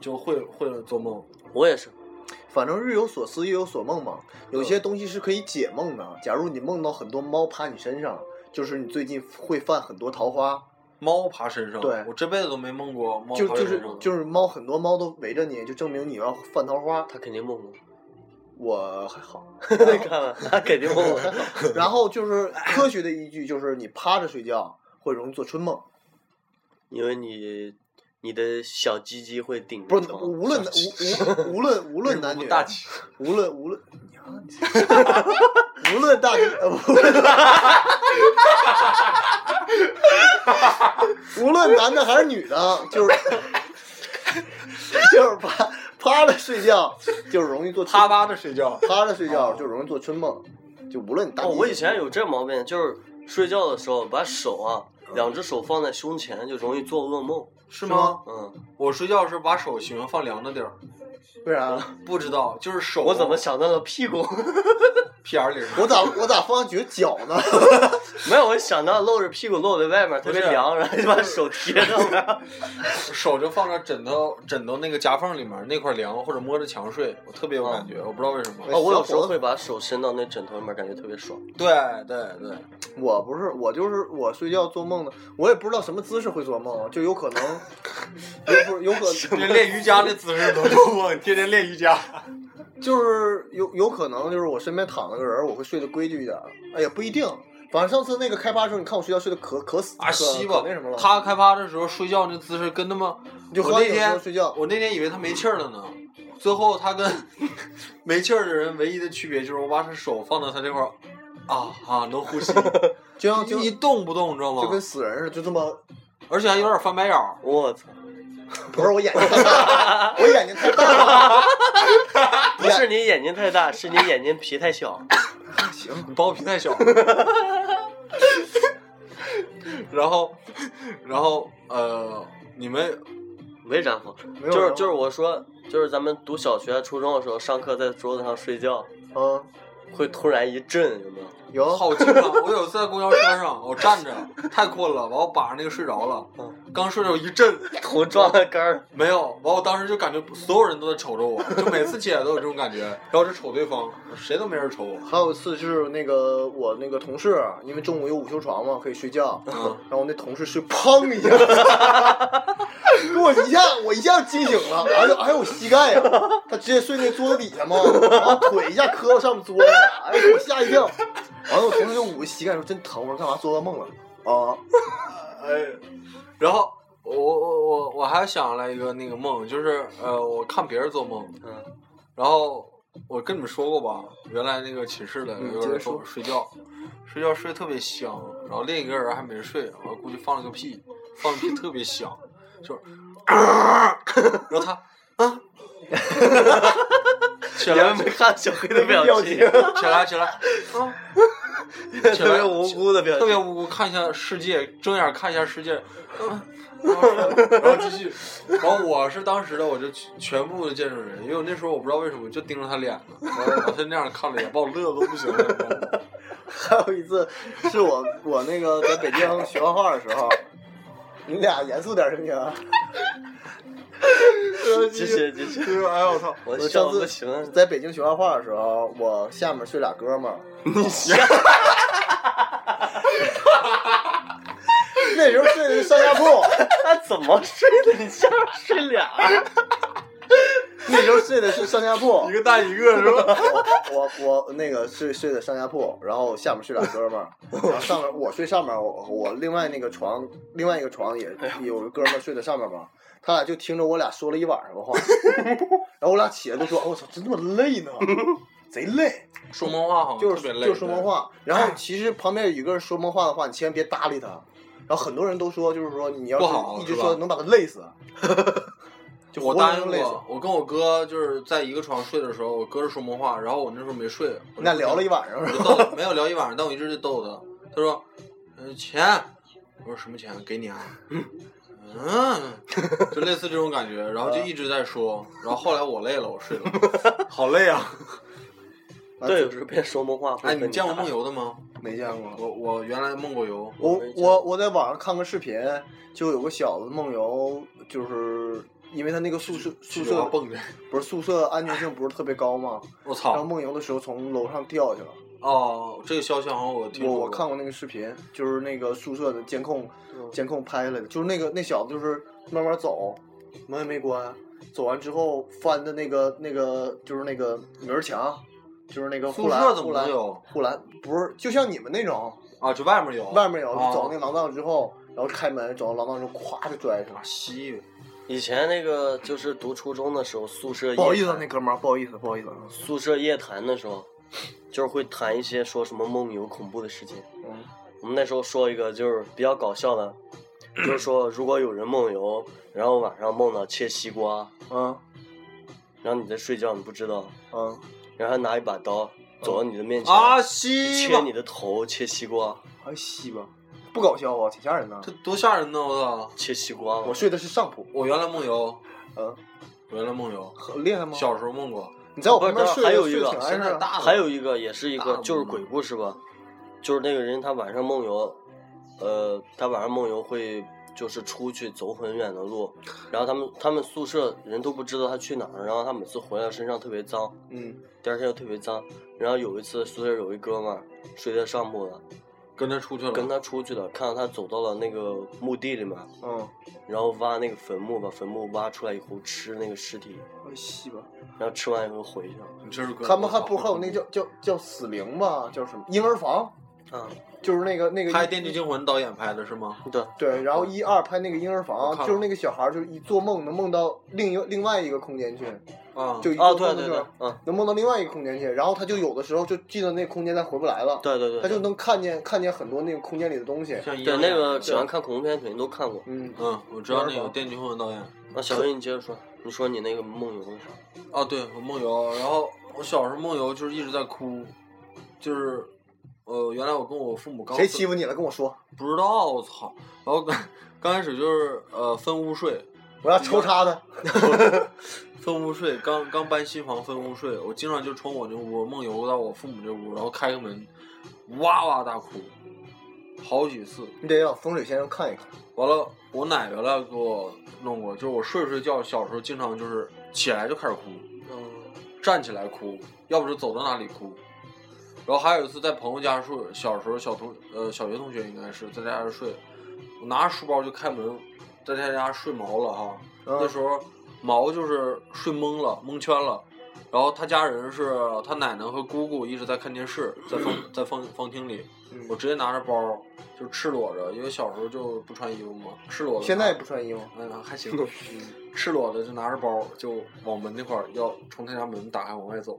Speaker 4: 就会会做梦。
Speaker 5: 我也是，
Speaker 2: 反正日有所思，夜有所梦嘛。有
Speaker 4: 嗯
Speaker 2: 些东西是可以解梦的。假如你梦到很多猫趴你身上，就是你最近会犯很多桃花，
Speaker 4: 猫爬身上，
Speaker 2: 对
Speaker 4: 我这辈子都没梦过猫
Speaker 2: 就
Speaker 4: 爬
Speaker 2: 就
Speaker 4: 身
Speaker 2: 是
Speaker 4: 上。
Speaker 2: 就是猫很多猫都围着你，就证明你要犯桃花。
Speaker 5: 他肯定梦过。
Speaker 2: 我还好。
Speaker 5: 你看吧，他 肯定梦
Speaker 4: 哦
Speaker 5: 过。
Speaker 2: 然后就是科学的依据就是你趴着睡觉会容易做春梦，
Speaker 5: 因为你你的小鸡鸡会顶
Speaker 2: 不
Speaker 5: 着
Speaker 2: 是
Speaker 5: 床。
Speaker 2: 无论无无无论无论男女，
Speaker 4: 哦
Speaker 2: 啊
Speaker 4: 大气，啊
Speaker 2: 无论无论， 无论大女，呃无论 无论男的还是女的，就是就是趴趴着睡觉，就是容易做春
Speaker 4: 趴趴着睡觉。
Speaker 2: 趴着睡觉就容易做春梦，就无论你大
Speaker 5: 哦，
Speaker 2: 女小。
Speaker 5: 我以前有这毛病，就是睡觉的时候把手啊，两只手放在胸前，就容易做噩梦。
Speaker 4: 是
Speaker 2: 吗？
Speaker 5: 嗯，
Speaker 4: 我睡觉时把手喜欢放凉的地儿，
Speaker 2: 为啥？啊
Speaker 4: 不知道，就是手。
Speaker 5: 我怎么？想到了屁股？
Speaker 4: PR 零。
Speaker 2: 我咋我咋放觉得脚呢？
Speaker 5: 没有，我想到露着屁股露在外面特别
Speaker 4: 不是
Speaker 5: 凉，然后就把手贴到了。
Speaker 4: 手就放在枕头枕头那个夹缝里面那块凉，或者摸着墙睡，我特别有
Speaker 2: 啊
Speaker 4: 感觉，我不知道为什么。
Speaker 5: 哦，我有时候会把手伸到那枕头里面，感觉特别爽。
Speaker 4: 对对 对，
Speaker 2: 我不是，我就是我睡觉做梦呢，我也不知道什么姿势会做梦，啊就有可能，有不有可
Speaker 4: 这练瑜伽那姿势多重啊！你天天练瑜伽，
Speaker 2: 就是有有可能就是我身边躺着个人，我会睡得规矩一点儿。哎呀，不一定。反正上次那个开趴的时候，你看我睡觉睡得可可死
Speaker 4: 啊西
Speaker 2: 可
Speaker 4: 吧
Speaker 2: 可那什么了。
Speaker 4: 他开趴的时候睡觉那姿势跟他妈，
Speaker 2: 就喝
Speaker 4: 我
Speaker 2: 完
Speaker 4: 那
Speaker 2: 酒之后
Speaker 4: 天
Speaker 2: 睡觉，
Speaker 4: 我那天以为他没气儿了呢，最后他跟没气儿的人唯一的区别就是我把他手放到他这块儿，啊啊能 呼吸，
Speaker 2: 就像就
Speaker 4: 一动不动，你知道
Speaker 2: 就跟
Speaker 4: 吗？
Speaker 2: 死人似的，就这么
Speaker 4: 而且还有点翻白眼儿。
Speaker 5: 我操！
Speaker 2: 不是我眼睛太大，我眼睛太大了。
Speaker 5: 不是你眼睛太大，是你眼睛皮太小。
Speaker 4: 你包皮太小。 然后，然后呃，你们
Speaker 5: 没然后，
Speaker 2: 没有
Speaker 5: 就是
Speaker 2: 吗
Speaker 5: 就是我说，就是咱们读小学、初中的时候，上课在桌子上睡觉，
Speaker 2: 嗯，
Speaker 5: 会突然一震，有没有？
Speaker 2: 有
Speaker 4: 好经常，我有一次在公交车上，我站着太困了，完我把着那个睡着了，
Speaker 2: 嗯
Speaker 4: 刚睡着一震，
Speaker 5: 头撞了杆儿，
Speaker 4: 没有，完我当时就感觉所有人都在瞅着我，就每次起来都有这种感觉，然后就瞅对方，谁都没人瞅我。
Speaker 2: 还有一次是那个我那个同事，因为中午有午休床嘛，可以睡觉。
Speaker 4: 嗯
Speaker 2: 然后我那同事是砰一下，给我一下我一下惊醒了，哎呦哎呦我膝盖呀、他直接睡那桌子底下嘛，然后腿一下磕到上面桌子，哎呦给我吓一跳。完了我同事就捂着膝盖说真疼，我说干嘛做噩梦了啊？
Speaker 4: 哎，然后我我我我还想了一个那个梦，就是呃，我看别人做梦，
Speaker 5: 嗯，
Speaker 4: 然后我跟你们说过吧，原来那个寝室的
Speaker 2: 嗯
Speaker 4: 有
Speaker 2: 接
Speaker 4: 个
Speaker 2: 着
Speaker 4: 人
Speaker 2: 说
Speaker 4: 跟我睡觉，睡觉睡得特别香，然后另一个人还没睡，我估计放了个屁，放的屁特别香，就是， 然后他啊， 起
Speaker 5: 你
Speaker 4: 来
Speaker 5: 们
Speaker 4: 起
Speaker 5: 没看小黑的表
Speaker 2: 表情，
Speaker 5: 情
Speaker 4: 来起来，啊，起
Speaker 5: 特
Speaker 4: 来
Speaker 5: 别无辜的表
Speaker 4: 特别
Speaker 5: 情。
Speaker 4: 无辜，看一下世界，睁眼看一下世 界，嗯然后然后继续，然后我是当时的我就全部的见证人，因为我那时候我不知道为什么就盯着他脸呢，然后他那样看了一眼，把我乐的都不行了你知道吗。
Speaker 2: 还有一次是我我那个在北京学画画的时候，你们俩严肃点行不行啊？
Speaker 5: 继续继 续，
Speaker 4: 对，哎呦我操！
Speaker 5: 我
Speaker 2: 啊我
Speaker 5: 笑
Speaker 2: 上
Speaker 5: 得不
Speaker 2: 次
Speaker 5: 行了。
Speaker 2: 在北京学画画的时候，我下面睡俩哥们儿，
Speaker 5: 你笑，
Speaker 2: 那时候睡的是上下铺，
Speaker 5: 他怎么睡的？你下面睡俩，
Speaker 2: 那时候睡的是上下铺
Speaker 4: 一。个带一个是吧？
Speaker 2: 我我我那个睡睡的上下铺，然后下面睡俩哥们儿，然后上面我睡上面，我我另外那个床另外一个床也有个哥们儿睡在上面嘛，他俩就听着我俩说了一晚上的话， 然后我俩起来都说，哦我、操，真他妈累呢，贼累，
Speaker 4: 说梦话好像
Speaker 2: 就
Speaker 4: 哦特别
Speaker 2: 是
Speaker 4: 累，
Speaker 2: 就是说梦话。然后其实旁边有一个人说梦话的话，你千万别搭理他。然后很多人都说，就是说你要
Speaker 4: 不好
Speaker 2: 是一直
Speaker 4: 是吧
Speaker 2: 说能把他累死，
Speaker 4: 对。
Speaker 2: 就
Speaker 4: 我
Speaker 2: 活
Speaker 4: 答
Speaker 2: 人
Speaker 4: 应
Speaker 2: 都累死。
Speaker 4: 过，我跟我哥就是在一个床睡的时候，我哥是说梦话，然后我那时候没睡，
Speaker 2: 你俩聊了一
Speaker 4: 晚
Speaker 2: 晚上是吧？
Speaker 4: 就逗 他，没有聊一晚上，但我一直在逗他。他说：“嗯、钱。”我说：“什么钱？给你啊。”嗯，就类似这种感觉，然后就一直在说，然后后来我累了，我睡了，好累啊！
Speaker 5: 对，有时候变说梦话。
Speaker 4: 哎，你见过梦？游的吗？
Speaker 2: 啊没见过。
Speaker 4: 我我原来梦过游，
Speaker 2: 我
Speaker 5: 没见
Speaker 2: 我我在网上看个视频，就有个小子梦游，就是因为他那个宿舍宿
Speaker 4: 去酒
Speaker 2: 舍
Speaker 4: 吧蹦去，哦
Speaker 2: 不是宿舍安全性不是特别高嘛，
Speaker 4: 我
Speaker 2: 然后
Speaker 4: 操！
Speaker 2: 梦游的时候从楼上掉下去了。
Speaker 4: 哦，这个消息好像我听
Speaker 2: 我
Speaker 4: 说
Speaker 2: 我看过那嗯个视频，就是那个宿舍的监控监控拍下来的，就是那个那小子就是慢慢走，门也没关，走完之后翻的那个那个就是那个门墙，就是那个护
Speaker 4: 宿
Speaker 2: 栏
Speaker 4: 舍怎
Speaker 2: 护
Speaker 4: 么
Speaker 2: 栏
Speaker 4: 能有
Speaker 2: 护栏，不是就像你们那种。
Speaker 4: 啊？就外面有，
Speaker 2: 外面有
Speaker 4: 啊
Speaker 2: 走那廊道之后，然后开门走到廊道之后，咵就摔上
Speaker 4: 啊
Speaker 2: 了。
Speaker 4: 西，
Speaker 5: 以前那个就是读初中的时候，宿舍夜
Speaker 2: 不好意思啊
Speaker 5: 谈，
Speaker 2: 那哥们儿，不好意思，不好意思啊。
Speaker 5: 宿舍夜谈的时候，就是会谈一些说什么梦游恐怖的事情。
Speaker 2: 嗯，
Speaker 5: 我们那时候说一个就是比较搞笑的，就是说如果有人梦游，然后晚上梦到切西瓜，
Speaker 2: 嗯
Speaker 5: 然后你在睡觉你不知道，
Speaker 2: 嗯，
Speaker 5: 然后他拿一把刀走到你的面前，
Speaker 4: 啊西
Speaker 5: 切
Speaker 4: 吧，
Speaker 5: 你的头，切西瓜，
Speaker 2: 还西吧，不搞笑啊，挺吓人的
Speaker 4: 这。多吓人呢！我操！
Speaker 5: 切西瓜。
Speaker 2: 我睡的是上铺，
Speaker 4: 我原来梦游，
Speaker 2: 嗯，
Speaker 4: 我原来梦游，
Speaker 2: 很厉害吗？
Speaker 4: 小时候梦过，
Speaker 2: 你在我
Speaker 5: 不是
Speaker 2: 旁边
Speaker 5: 等会儿
Speaker 2: 睡
Speaker 5: 还有
Speaker 2: 睡
Speaker 5: 一个
Speaker 2: 挺安
Speaker 4: 现在
Speaker 2: 生的。
Speaker 4: 大了，
Speaker 5: 还有一个也是一
Speaker 4: 大
Speaker 5: 个
Speaker 4: 了
Speaker 5: 就是鬼故事吧，就是那个人他晚上梦游，呃，他晚上梦游会就是出去走很远的路，然后他们他们宿舍人都不知道他去哪儿，然后他每次回来身上特别脏，
Speaker 2: 嗯，
Speaker 5: 第二天又特别脏。然后有一次宿舍有一哥们儿睡在上铺了，
Speaker 4: 跟他出去了，
Speaker 5: 跟他出去了，看到他走到了那个墓地里面，
Speaker 2: 嗯，
Speaker 5: 然后挖那个坟墓，把坟墓挖出来以后吃那个尸体，
Speaker 2: 哎西吧，
Speaker 5: 然后吃完以后回去了。
Speaker 4: 你这是跟
Speaker 2: 他们还不是还有那叫叫叫死灵吧，叫什么婴儿房，
Speaker 5: 啊，
Speaker 2: 就是那个那个
Speaker 4: 拍《电锯惊魂》导演拍的是吗？
Speaker 5: 对，
Speaker 2: 对，然后一二拍那个婴儿
Speaker 4: 我
Speaker 2: 房
Speaker 4: 看，了
Speaker 2: 就是那个小孩儿就是一做梦能梦到另一另外一个空间去，
Speaker 4: 啊，
Speaker 2: 就一
Speaker 5: 啊，
Speaker 2: 做
Speaker 5: 对
Speaker 2: 梦
Speaker 5: 对
Speaker 2: 就
Speaker 5: 对
Speaker 2: 是，
Speaker 5: 啊，
Speaker 2: 能梦到另外一个空间去，然后他就有的时候就进了那个空间，他回不来了，
Speaker 5: 对对对，
Speaker 2: 他就
Speaker 5: 对
Speaker 2: 能看见看见很多那个空间里的东西。
Speaker 4: 像一
Speaker 5: 对
Speaker 4: 样
Speaker 5: 那个喜
Speaker 4: 对
Speaker 5: 欢看恐怖片肯定都看过。
Speaker 2: 嗯，
Speaker 4: 嗯，我知道那个《电锯惊魂》导演。
Speaker 5: 那小薇，你接着说，你说你那个梦游的事儿。
Speaker 4: 啊，对我梦游，然后我小时候梦游就是一直在哭，就是呃，原来我跟我父母刚
Speaker 2: 谁欺
Speaker 4: 负
Speaker 2: 负你了？跟我说，
Speaker 4: 不知道，我操！然后刚刚开始就是呃分屋睡，
Speaker 2: 我要抽插他。
Speaker 4: 分屋睡，刚刚搬新房分屋睡，我经常就从我这屋梦游到我父母这屋，然后开个门，哇哇大哭，好几次。
Speaker 2: 你得让风水先生看一看。
Speaker 4: 完了，我奶原来给我弄过，就是我睡着睡觉，小时候经常就是起来就开始哭，站起来哭，要不是走到哪里哭。然后还有一次在朋友家睡，小时候小同呃小学同学应该是在家睡，我拿着书包就开门，在他家睡毛了哈。那
Speaker 2: 嗯
Speaker 4: 时候毛就是睡懵了，蒙圈了。然后他家人是他奶奶和姑姑一直在看电视，在房在房房厅里，我
Speaker 2: 嗯，
Speaker 4: 直接拿着包就赤裸着，因为小时候就不穿衣服嘛，赤裸着拿。
Speaker 2: 现在也不穿 衣服。嗯
Speaker 4: 嗯，还行，赤裸的就拿着包就往门那块儿要从他家门打开往外走，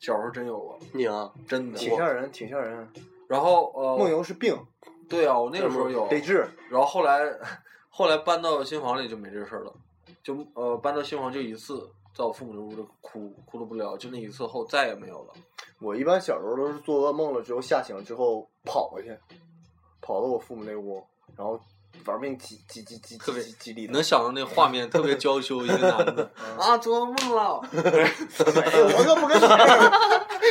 Speaker 4: 小时候真有过，
Speaker 5: 你啊，
Speaker 4: 真的。
Speaker 2: 挺吓人，挺吓人。
Speaker 4: 然后呃，
Speaker 2: 梦游是病，
Speaker 4: 对啊，我那个时候有，
Speaker 2: 得治。
Speaker 4: 然后后来后来搬到新房里就没这事儿了，就呃搬到新房就一次，在我父母那屋就哭哭的不了，就那一次后再也没有了。
Speaker 2: 我一般小时候都是做噩梦了之后吓醒了之后跑回去，跑到我父母那屋，然后玩命挤挤挤挤
Speaker 4: 特别
Speaker 2: 挤挤挤里
Speaker 4: 能想到那画面特别娇羞，一个男 的啊做梦了，
Speaker 2: 哎我可不跟你 这样，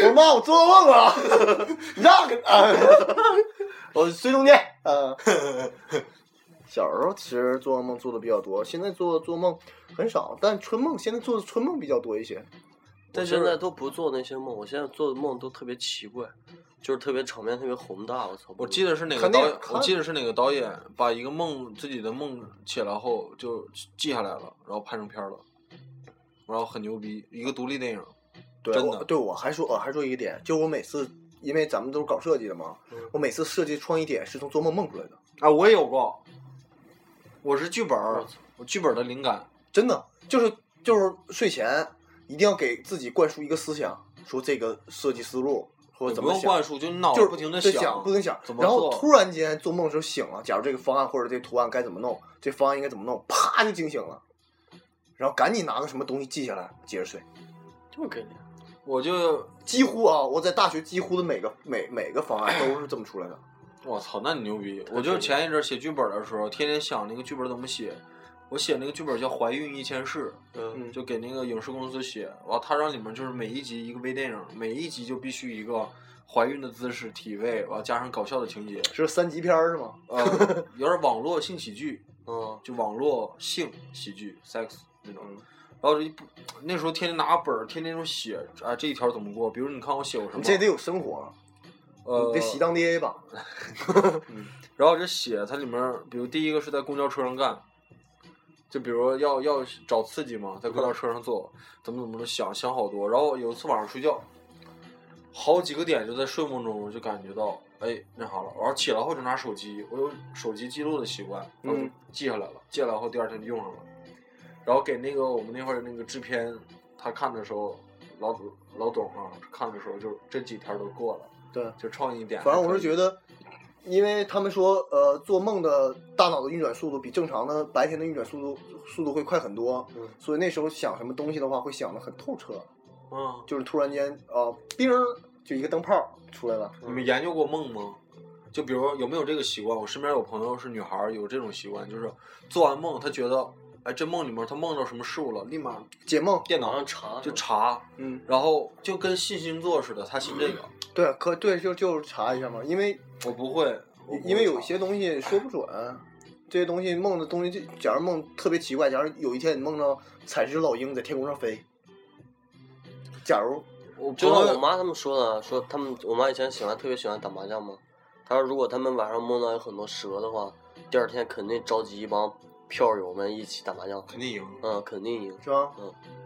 Speaker 2: 我妈我做梦了， 你让给啊， 我睡中间，嗯、小时候其实做梦做的比较多，现在做做梦很少，但春梦现在做的春梦比较多一些。
Speaker 5: 我
Speaker 4: 但是
Speaker 5: 现在都不做那些梦，我现在做的梦都特别奇怪，就是特别场面特别宏大，我操！
Speaker 4: 我记得是哪个
Speaker 2: 看电
Speaker 4: 导
Speaker 2: 影
Speaker 4: 演，
Speaker 2: 看
Speaker 4: 我记得是哪个导演把一个梦自己的梦起来后就记下来了，然后拍成片儿了，然后很牛逼，一个独立电影。
Speaker 2: 对，
Speaker 4: 真
Speaker 2: 我
Speaker 4: 的
Speaker 2: 对我还说呃我还说一个点，就我每次因为咱们都是搞设计的嘛，
Speaker 4: 嗯
Speaker 2: 我每次设计创意点是从做梦梦出来的，
Speaker 4: 啊，我也有过，我是剧本儿，我剧本儿的灵感，
Speaker 2: 真的就是就是睡前一定要给自己灌输一个思想，说这个设计思路或
Speaker 4: 我
Speaker 2: 者怎
Speaker 4: 不
Speaker 2: 么
Speaker 4: 用
Speaker 2: 想
Speaker 4: 灌。输，就你脑
Speaker 2: 就
Speaker 4: 子
Speaker 2: 是
Speaker 4: 不停的
Speaker 2: 对想，不停地想，
Speaker 4: 怎么
Speaker 2: 然后
Speaker 4: 做
Speaker 2: 突然间做梦的时候醒了，假如这个方案或者这个图案该怎么弄，这方案应该怎么弄，啪就惊醒了，然后赶紧拿个什么东西记下来，接着睡。
Speaker 5: 就是给你，
Speaker 4: 我就
Speaker 2: 几乎啊，我在大学几乎的每个每每个方案都是这么出来的。
Speaker 4: 我操，那你牛逼！我
Speaker 5: 牛
Speaker 4: 就
Speaker 5: 逼
Speaker 4: 前一阵儿写剧本儿的时候，天天想那个剧本儿怎么写。我写那个剧本儿叫《怀孕一千事》，
Speaker 5: 嗯，
Speaker 2: 嗯，
Speaker 4: 就给那个影视公司写，然后他让里面就是每一集一个微电影，每一集就必须一个怀孕的姿势、体位，然后加上搞笑的情 节，
Speaker 2: 是三级片儿是吗？
Speaker 4: 呃，有点网络性喜剧，
Speaker 5: 嗯，
Speaker 4: 就网络性喜剧 （sex） 那种。
Speaker 2: 嗯
Speaker 4: 然后一不，那时候天天拿本儿，天天就写，啊，这一条怎么过？比如你看我写过什么？
Speaker 2: 你这得有生活，
Speaker 4: 呃
Speaker 2: 你得，喜当爹吧？
Speaker 4: 然后我就写它里面儿，比如第一个是在公交车上干，就比如要要找刺激嘛，在公
Speaker 2: 嗯
Speaker 4: 交车上做，怎么怎么的想想好多。然后有一次晚上睡觉，好几个点就在睡梦中我就感觉到，哎，那啥了。然后起来后就拿手机，我有手机记录的习惯，然后就
Speaker 2: 嗯
Speaker 4: 记下来了，记下来后第二天就用上了。然后给那个我们那会儿那个制片他看的时候，老董老董啊看的时候就这几条都过了，
Speaker 2: 对，
Speaker 4: 就创意点还
Speaker 2: 反
Speaker 4: 可以。
Speaker 2: 正我是觉得，因为他们说，呃，做梦的大脑的运转速度比正常的白天的运转速度速度会快很多，
Speaker 5: 嗯
Speaker 2: 所以那时候想什么东西的话，会想的很透彻，
Speaker 4: 嗯，
Speaker 2: 就是突然间啊，叮、儿就一个灯泡出来了。
Speaker 4: 你们研究过梦吗？就比如有没有这个习惯？我身边有朋友是女孩儿，有这种习惯，就是做完梦，她觉得，哎，这梦里面他梦到什么事物了，立马
Speaker 2: 解梦，
Speaker 4: 电
Speaker 5: 马
Speaker 4: 脑
Speaker 5: 上查
Speaker 4: 就查，
Speaker 2: 嗯，
Speaker 4: 然后就跟信星座似的，他信这个，
Speaker 2: 对，可对，就就查一下嘛，因为
Speaker 4: 我不会，我不会
Speaker 2: 因为有
Speaker 4: 查
Speaker 2: 些东西说不准，这些东西梦的东西，就假如梦特别奇怪，假如有一天你梦到踩只老鹰在天空上飞，假如
Speaker 4: 我不
Speaker 5: 就像
Speaker 4: 会
Speaker 5: 我妈他们说的，说他们我妈以前喜欢特别喜欢打麻将嘛，她说如果他们晚上梦到有很多蛇的话，第二天肯定召集一帮票友们一起打麻将，
Speaker 4: 肯定赢，
Speaker 5: 嗯，肯定赢。
Speaker 2: 是吧？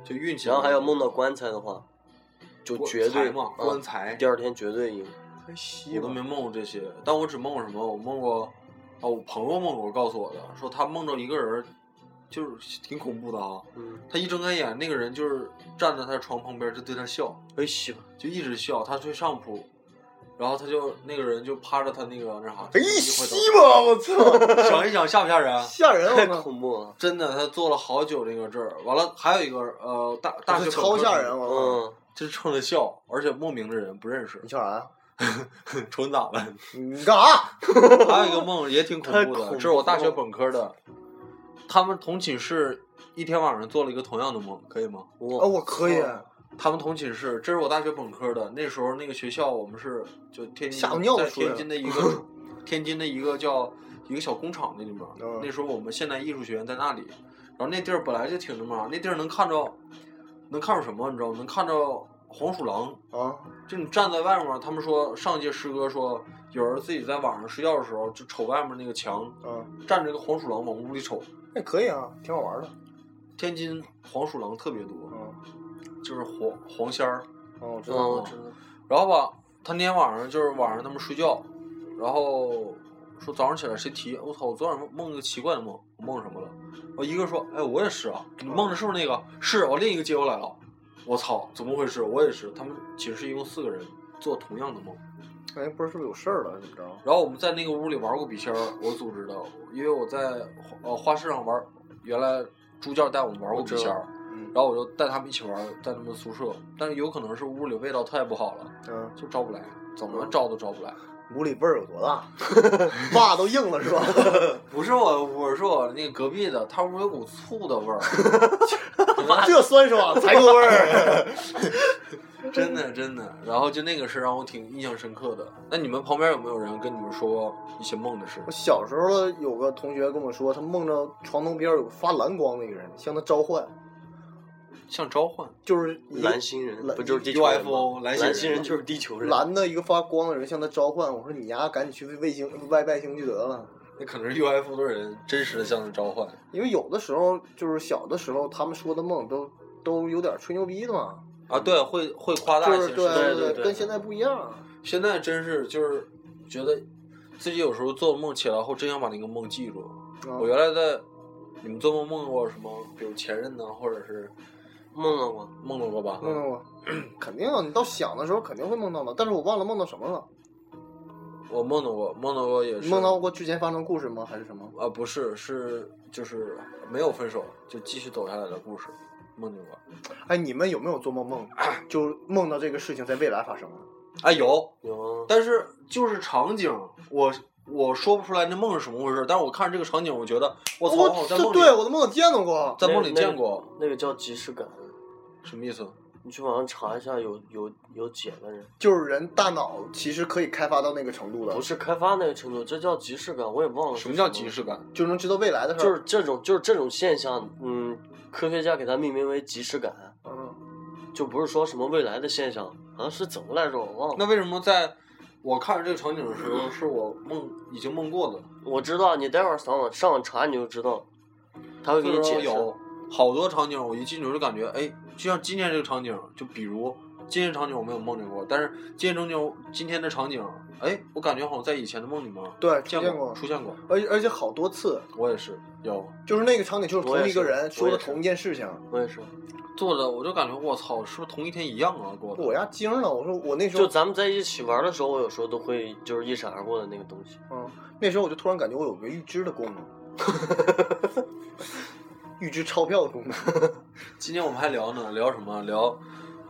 Speaker 4: 就运气。
Speaker 5: 然后还有梦到棺材的话，就
Speaker 4: 棺
Speaker 5: 绝
Speaker 4: 材
Speaker 5: 对
Speaker 4: 嘛，
Speaker 5: 嗯
Speaker 4: 棺材
Speaker 5: 第。二天绝对赢。
Speaker 2: 太稀
Speaker 4: 我都没梦过这些，但我只梦过什么？我梦过，啊，我朋友梦过，告诉我的，说他梦着一个人，就是挺恐怖的啊。
Speaker 5: 嗯，
Speaker 4: 他一睁开眼，那个人就是站在他的床旁边，就对他笑，
Speaker 5: 哎西
Speaker 4: 就一直笑。他睡上铺，然后他就那个人就趴着他那个那啥，
Speaker 2: 哎
Speaker 4: 一回
Speaker 2: 西
Speaker 4: 头
Speaker 2: 吧，我操，
Speaker 4: 想一想吓不吓人？ 啊
Speaker 2: 吓人啊
Speaker 5: 太
Speaker 2: 我操！
Speaker 5: 恐怖了。
Speaker 4: 真的，他坐了好久那个这儿，完了还有一个呃大大学
Speaker 2: 这
Speaker 4: 本科
Speaker 2: 超吓
Speaker 4: 生
Speaker 2: 人，啊我操！
Speaker 5: 嗯，
Speaker 4: 就是冲着笑，而且莫名的人不认识
Speaker 2: 你，笑啥？
Speaker 4: 瞅你咋了？
Speaker 2: 你干啥？
Speaker 4: 还有一个梦也挺恐怖
Speaker 5: 太恐
Speaker 4: 的，
Speaker 5: 怖了
Speaker 4: 这是我大学本科的，他们同寝室一天晚上做了一个同样的梦，可以吗？
Speaker 2: 啊，我可以，
Speaker 5: 嗯
Speaker 4: 他们同寝室，这是我大学本科的，那时候那个学校我们是就天津
Speaker 2: 吓我尿
Speaker 4: 在
Speaker 2: 出来
Speaker 4: 天
Speaker 2: 了
Speaker 4: 津的一 个天津的一个叫一个小工厂那里面，
Speaker 2: 嗯
Speaker 4: 那时候我们现代艺术学院在那里，然后那地儿本来就挺什么，那地儿能看着能看着什么，你知道吗？能看着黄鼠狼。
Speaker 2: 啊，
Speaker 4: 就你站在外面，他们说上一届师哥说，有人自己在晚上睡觉的时候就瞅外面那个墙，
Speaker 2: 嗯，
Speaker 4: 站着一个黄鼠狼往屋里瞅。
Speaker 2: 那可以啊，挺好玩的。
Speaker 4: 天津黄鼠狼特别多，
Speaker 2: 嗯，
Speaker 4: 就是黄黄仙儿。
Speaker 2: 哦，我知
Speaker 5: 嗯，
Speaker 2: 道。
Speaker 5: 我知道。
Speaker 4: 然后吧，他那天晚上就是晚上他们睡觉，然后说早上起来谁提我操，我昨晚梦梦个奇怪的梦，我梦什么了？我一个说，哎，我也是啊，你梦的是不是那个？是我另一个接过来了，我操，怎么回事？我也是，他们寝室一共四个人做同样的梦。
Speaker 2: 哎，不是是不是有事儿了？怎么着？
Speaker 4: 然后我们在那个屋里玩过笔仙儿，我组织的，因为我在呃花市上玩，原来助教带我们玩过笔仙儿，
Speaker 2: 嗯
Speaker 4: 然后我就带他们一起玩，在他们宿舍，但是有可能是屋里味道太不好了，
Speaker 2: 嗯，
Speaker 4: 就招不来，怎么招都招不来。
Speaker 2: 屋里味儿有多 大？袜都硬了是吧？
Speaker 4: 不是我屋，我是我那个隔壁的，他屋有股醋的味儿，
Speaker 2: 这酸爽才够味儿。
Speaker 4: 真的真的。然后就那个事让我挺印象深刻的。那你们旁边有没有人跟你们说过一些梦的事
Speaker 2: 我？小时候有个同学跟我说，他梦着床头边有个发蓝光的一个人向他召唤，
Speaker 4: 像召唤，
Speaker 2: 就是一
Speaker 5: 蓝星人
Speaker 2: 蓝
Speaker 5: 不就是地球人吗
Speaker 4: UFO 蓝星人
Speaker 5: 蓝星人就是地球人。
Speaker 2: 蓝的一个发光的人向他召唤。我说你丫赶紧去卫星外外星去得了，
Speaker 4: 那可能是 UFO 的人真实的向他召唤。
Speaker 2: 因为有的时候就是小的时候他们说的梦都都有点吹牛逼的嘛，
Speaker 4: 啊，对，会会夸大
Speaker 2: 就
Speaker 4: 一些
Speaker 2: 是
Speaker 4: 事情。
Speaker 5: 对对
Speaker 2: 对
Speaker 5: 对
Speaker 2: 跟现在不一样。啊
Speaker 4: 现在真是就是觉得自己有时候做梦起来后，真想把那个梦记住。
Speaker 2: 啊
Speaker 4: 我原来在你们做梦梦过什么，比如前任呐、或者是
Speaker 5: 梦到过，
Speaker 4: 梦到过吧？
Speaker 2: 梦到过， 肯定啊，你到想的时候肯定会梦到的，但是我忘了梦到什么了。
Speaker 4: 我梦到过，梦到过也
Speaker 2: 你
Speaker 4: 是
Speaker 2: 梦到过之前发生故事吗？还是什么？
Speaker 4: 啊，不是，是就是没有分手，就继续走下来的故事，梦见过。
Speaker 2: 哎，你们有没有做梦 梦，就梦到这个事情在未来发生了？
Speaker 4: 啊，有，
Speaker 5: 有
Speaker 4: 但是就是场景，我我说不出来那梦是什么回事，但是我看这个场景，我觉得我操，我
Speaker 2: 哦这
Speaker 4: 在梦里
Speaker 2: 对我都梦见到过。
Speaker 4: 在梦里
Speaker 5: 那个
Speaker 4: 见过，
Speaker 5: 那个叫即视感，
Speaker 4: 什么意思？
Speaker 5: 你去网上查一下，有有有解的
Speaker 4: 嗯
Speaker 5: 人，
Speaker 2: 就是人大脑其实可以开发到那个程度的
Speaker 5: 不，是开发那个程度，这叫即视感，我也忘了
Speaker 4: 什么叫即视感？
Speaker 2: 就能知道未来的事儿。
Speaker 5: 就是这种就是这种现象，嗯，科学家给它命名为即视感，
Speaker 2: 嗯，
Speaker 5: 就不是说什么未来的现象，好像是怎么来着，我忘了。
Speaker 4: 那为什么在我看这个场景的时候，是我梦已经梦过的？
Speaker 5: 我知道，你待会儿上网上网查你就知道，他会
Speaker 4: 或
Speaker 5: 给
Speaker 4: 者
Speaker 5: 你
Speaker 4: 说
Speaker 5: 解释。
Speaker 4: 有好多场景，我一进去就感觉，哎，就像今天这个场景，就比如今天场景我没有梦见过，但是今天场景今天的场景，哎，我感觉好像在以前的梦里面
Speaker 2: 对，出
Speaker 4: 见
Speaker 2: 现
Speaker 4: 过
Speaker 2: 过，
Speaker 4: 出现过，
Speaker 2: 而且而且好多次，
Speaker 4: 我也是有
Speaker 2: 就是那个场景就是
Speaker 5: 我
Speaker 2: 同
Speaker 5: 也
Speaker 2: 一个
Speaker 5: 是
Speaker 2: 人
Speaker 5: 我
Speaker 2: 说
Speaker 5: 也
Speaker 2: 的
Speaker 5: 是
Speaker 2: 同一件事情。
Speaker 5: 我也是，
Speaker 4: 做的，我就感觉我操，是不是同一天一样啊？过
Speaker 2: 我
Speaker 4: 的，
Speaker 2: 呀惊了，我说我那时
Speaker 5: 就
Speaker 2: 候，
Speaker 5: 咱们在一起玩的时候，我有时候都会就是一闪而过的那个东西。
Speaker 2: 嗯，那时候我就突然感觉我有个预知的功能， 预知钞票的功能。
Speaker 4: 今天我们还聊呢，聊什么？聊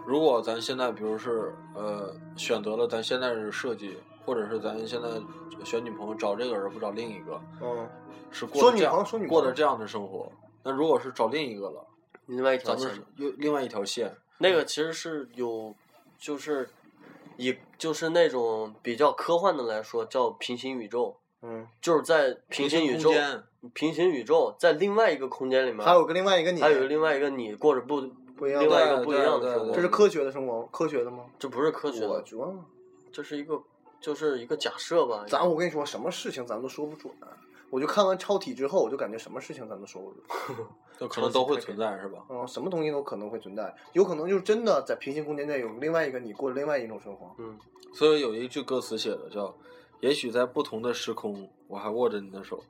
Speaker 4: 如果咱现在，比如是呃，选择了咱现在的设计，或者是咱现在选女朋友找这个人不找另一个，
Speaker 2: 嗯，
Speaker 4: 是过
Speaker 2: 说
Speaker 4: 着
Speaker 2: 女
Speaker 4: 这样
Speaker 2: 朋友说女朋友
Speaker 4: 过着这样的生活，那如果是找另一个了，
Speaker 5: 另外一条
Speaker 4: 咱
Speaker 5: 线
Speaker 4: 们是又另外一条线，
Speaker 5: 那个其实是有，就是以就是那种比较科幻的来说，叫平行宇宙，
Speaker 2: 嗯，
Speaker 5: 就是在平行宇
Speaker 4: 空
Speaker 5: 宙，
Speaker 4: 间
Speaker 5: 平行宇宙在另外一个空间里面，
Speaker 2: 还有个另外一个你，
Speaker 5: 还有另外一个你过着不，
Speaker 2: 不一样
Speaker 5: 另外一
Speaker 2: 的，
Speaker 5: 个不一样的
Speaker 4: 对对
Speaker 5: 生活，
Speaker 4: 对
Speaker 2: 这是科学的生活，科学的吗？
Speaker 5: 这不是科学
Speaker 2: 我
Speaker 5: 的，
Speaker 2: 觉得，
Speaker 5: 这是一个就是一个假设吧。
Speaker 2: 咱我跟你说，什么事情咱们都说不准。啊我就看完《超体》之后，我就感觉什么事情咱们都说不准，
Speaker 4: 就可能都会存在，是吧？
Speaker 2: 嗯，什么东西都可能会存在，有可能就是真的在平行空间内有另外一个你过另外一种生活。
Speaker 5: 嗯，
Speaker 4: 所以有一句歌词写的叫“也许在不同的时空，我还握着你的手”，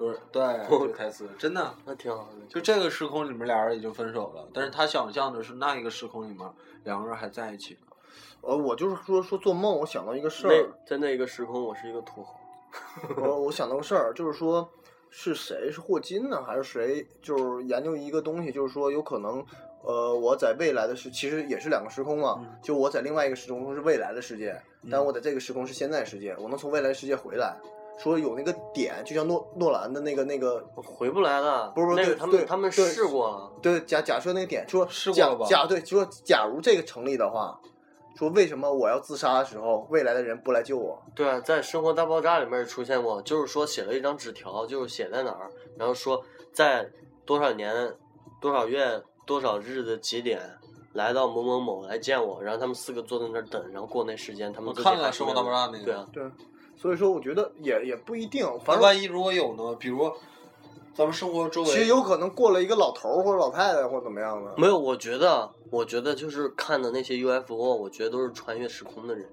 Speaker 4: 就是对这
Speaker 2: 嗯
Speaker 4: 个 台词，真的。啊
Speaker 5: 那挺好的。
Speaker 4: 就这个时空里面，俩人已经分手了，但是他想象的是那一个时空里面，两个人还在一起呢。
Speaker 2: 呃，我就是说说做梦，我想到一个事儿，
Speaker 5: 那在那个时空，我是一个土豪。
Speaker 2: 我我想到个事儿，就是说是谁是霍金呢，还是谁？就是研究一个东西，就是说有可能，呃，我在未来的世，其实也是两个时空
Speaker 4: 嗯
Speaker 2: 嘛。就我在另外一个时空是未来的世界，但我在这个时空是现在世界，我能从未来世界回来。说有那个点，就像诺诺兰的那个那个，
Speaker 5: 我回不来了，
Speaker 2: 不是不是
Speaker 5: 那
Speaker 2: 对
Speaker 5: 个他
Speaker 2: 对
Speaker 5: 们他们
Speaker 2: 对
Speaker 5: 试过了，
Speaker 2: 对，假假设那个点，说
Speaker 4: 试过
Speaker 2: 假
Speaker 4: 了吧
Speaker 2: 假对，就说假如这个成立的话，说为什么我要自杀的时候，未来的人不来救我？
Speaker 5: 对啊，在《生活大爆炸》里面也出现过，就是说写了一张纸条，就是写在哪儿，然后说在多少年、多少月、多少日的几点来到某某某来见我，然后他们四个坐在那儿等，然后过那时间，他们
Speaker 4: 我
Speaker 5: 自己
Speaker 4: 看
Speaker 5: 还
Speaker 4: 了《
Speaker 5: 是
Speaker 4: 生活
Speaker 5: 没
Speaker 4: 大
Speaker 5: 有
Speaker 4: 爆炸》那个，
Speaker 5: 对啊，
Speaker 2: 对，所以说我觉得也也不一定，反
Speaker 4: 那
Speaker 2: 正
Speaker 4: 万一如果有呢？比如咱们生活周围，
Speaker 2: 其实有可能过了一个老头儿或者老太太或者怎么样的。
Speaker 5: 没有，我觉得，我觉得就是看的那些 UFO，我觉得都是穿越时空的人，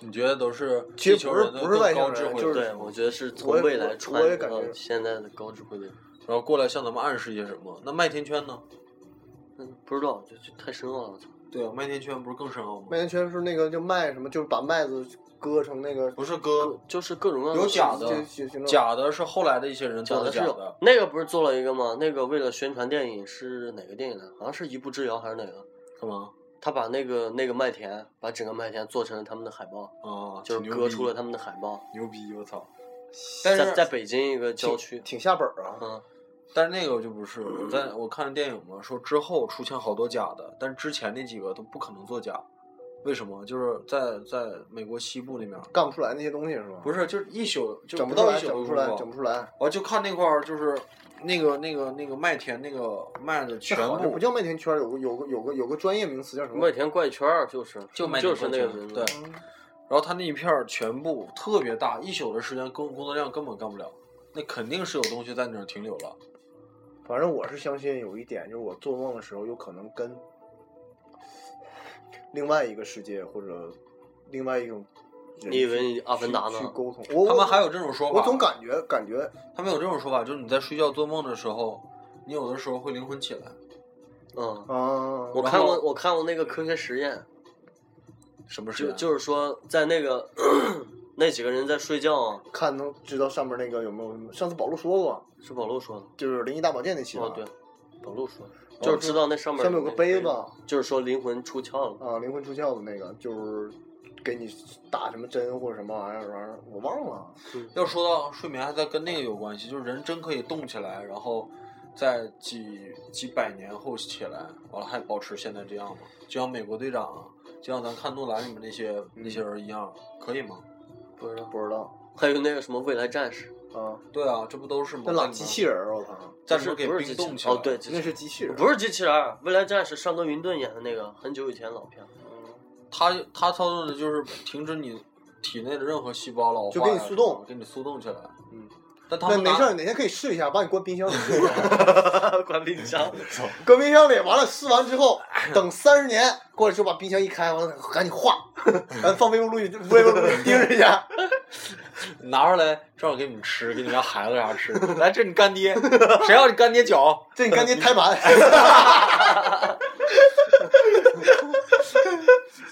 Speaker 4: 你觉得都是
Speaker 2: 其实
Speaker 4: 地球
Speaker 2: 不是
Speaker 4: 人的
Speaker 2: 不是
Speaker 4: 更
Speaker 2: 外星
Speaker 4: 高
Speaker 2: 人
Speaker 4: 智慧的
Speaker 2: 就是
Speaker 5: 对，我觉得是
Speaker 2: 我
Speaker 5: 从
Speaker 2: 也
Speaker 5: 未
Speaker 2: 我
Speaker 5: 来穿
Speaker 2: 我也
Speaker 5: 越
Speaker 2: 感
Speaker 5: 到
Speaker 2: 觉
Speaker 5: 现在的高智慧的人，
Speaker 4: 然后过来向咱们暗示一些什么？那麦田圈呢？
Speaker 5: 嗯，不知道，就就太深奥了，我操，
Speaker 4: 对啊，麦田圈不是更深奥吗？
Speaker 2: 麦田圈是那个就麦什么，就是把麦子割成那个
Speaker 4: 不是哥，
Speaker 5: 就是各种各样
Speaker 4: 有
Speaker 5: 的
Speaker 4: 假
Speaker 2: 形
Speaker 4: 的
Speaker 2: 形形状
Speaker 4: 假的是后来的一些人
Speaker 5: 假
Speaker 4: 做
Speaker 5: 的
Speaker 4: 的
Speaker 5: 是
Speaker 4: 假
Speaker 5: 有
Speaker 4: 的，
Speaker 5: 那个不是做了一个吗？那个为了宣传电影是哪个电影来着？好像是一步之遥还是哪个？
Speaker 4: 干嘛？
Speaker 5: 他把那个那个麦田，把整个麦田做成了他们的海报，
Speaker 4: 啊，
Speaker 5: 就是
Speaker 4: 挺牛
Speaker 5: 割
Speaker 4: 逼
Speaker 5: 出了他们的海报。
Speaker 4: 牛逼，我操！但
Speaker 5: 在
Speaker 4: 是
Speaker 5: 在北京一个郊区，
Speaker 2: 挺下本儿啊。
Speaker 5: 嗯，
Speaker 4: 但是那个就不是，我在我看电影嘛，说之后出现好多假的，但是之前那几个都不可能作假，为什么？就是在在美国西部那边儿，
Speaker 2: 干不出来那些东西是吗？
Speaker 4: 不是就是一宿就
Speaker 2: 整
Speaker 4: 不
Speaker 2: 不出
Speaker 4: 到
Speaker 2: 来，
Speaker 4: 一宿
Speaker 2: 整
Speaker 4: 的
Speaker 2: 不出
Speaker 4: 功
Speaker 2: 来，
Speaker 4: 夫
Speaker 2: 整，不出来。
Speaker 4: 我就看那块儿就是那个那个那个麦田那个麦的
Speaker 2: 这
Speaker 4: 全
Speaker 2: 好像
Speaker 4: 部
Speaker 2: 不叫麦田圈，有个有个有个有个专业名词叫什么
Speaker 5: 麦？田怪圈儿就是
Speaker 4: 就麦
Speaker 5: 就
Speaker 4: 田
Speaker 5: 是
Speaker 4: 圈
Speaker 5: 那个名字
Speaker 4: 对，，然后他那一片儿全部特别大，一宿的时间工工作量根本干不了，那肯定是有东西在那儿停留了。
Speaker 2: 反正我是相信有一点，就是我做梦的时候有可能跟另外一个世界或者另外一种人
Speaker 5: 你以为你阿
Speaker 2: 去
Speaker 5: 凡达呢
Speaker 2: 去？沟通？我
Speaker 4: 他们
Speaker 2: 我
Speaker 4: 还有这种说法，
Speaker 2: 我总感觉感觉
Speaker 4: 他们有这种说法，就是你在睡觉做梦的时候，你有的时候会灵魂起来，
Speaker 5: 嗯，
Speaker 2: 啊，
Speaker 5: 我看过我看过那个科学实验，
Speaker 4: 什么事
Speaker 5: 就
Speaker 4: 啊？
Speaker 5: 就是说在那个 那几个人在睡觉啊，
Speaker 2: 看能知道上面那个有没有什么？上次宝路说过，
Speaker 5: 是宝路说的。
Speaker 2: 就是《灵异大保健》那期嘛
Speaker 5: 哦，对，宝路说的，就是知道那上面
Speaker 2: 上面有个杯子
Speaker 5: 就是说灵魂出窍了。
Speaker 2: 啊，灵魂出窍的那个，就是给你打什么针或者什么玩意儿玩意儿，我忘了。
Speaker 4: 要说到睡眠，还在跟那个有关系，就是人真可以动起来，然后在几几百年后起来，完了还保持现在这样吗？就像美国队长啊，就像咱看诺兰里面那些那些人一样，可以吗？
Speaker 5: 不知道，
Speaker 2: 不知道
Speaker 5: 还有那个什么未来战士，
Speaker 2: 啊，
Speaker 4: 对啊，这不都是吗？
Speaker 2: 那老机器人儿，我操，
Speaker 4: 在
Speaker 5: 不
Speaker 4: 里面
Speaker 5: 是
Speaker 4: 给
Speaker 5: 不是
Speaker 4: 冰
Speaker 5: 机
Speaker 4: 冻
Speaker 5: 器
Speaker 4: 起来，
Speaker 5: 人哦，对，，机器
Speaker 2: 那
Speaker 5: 人
Speaker 2: 是机器人，
Speaker 5: 不是机器人儿？未来战士上官云顿演的那个很久以前老片，
Speaker 4: 他他操纵的就是停止你体内的任何细胞老化呀，
Speaker 2: 就给你速冻
Speaker 4: 什么给你速冻起来。
Speaker 2: 嗯，
Speaker 4: 但他
Speaker 2: 那
Speaker 4: 们
Speaker 2: 没
Speaker 4: 拿
Speaker 2: 事儿，哪天可以试一下，把你关冰箱里，
Speaker 5: 关冰箱，
Speaker 2: 关冰箱里，完了试完之后，等三十年过来时候把冰箱一开，完了赶紧化， 完放微波炉里，微波炉里叮一下，
Speaker 4: 拿出来，正好给你们吃，给你们家孩子啥 吃。来，这你干爹，谁要你干爹脚？
Speaker 2: 这你赶紧胎 盘，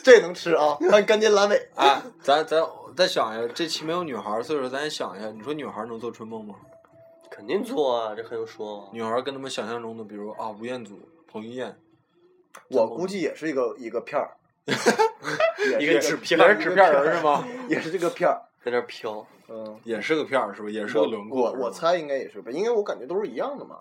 Speaker 2: 这能吃 啊，让你干爹阑尾。
Speaker 4: 哎，咱咱再想一下，这期没有女孩儿，所以说咱也想一下，你说女孩儿能做春梦吗？
Speaker 5: 肯定做啊，这很有说嘛。
Speaker 4: 女孩儿跟他们想象中的，比如啊，吴彦祖、彭于晏，
Speaker 2: 我估计也是一个一个片儿，也
Speaker 5: 一
Speaker 2: 是
Speaker 5: 个纸片
Speaker 4: 也
Speaker 5: 儿
Speaker 4: 是纸片儿人是吗？
Speaker 2: 也是这个片儿。
Speaker 5: 在那儿飘。
Speaker 2: 嗯，
Speaker 4: 也是个片儿是吧？也是个
Speaker 2: 我
Speaker 4: 轮廓
Speaker 2: 我
Speaker 4: 是吧。
Speaker 2: 我猜应该也是吧，因为我感觉都是一样的嘛。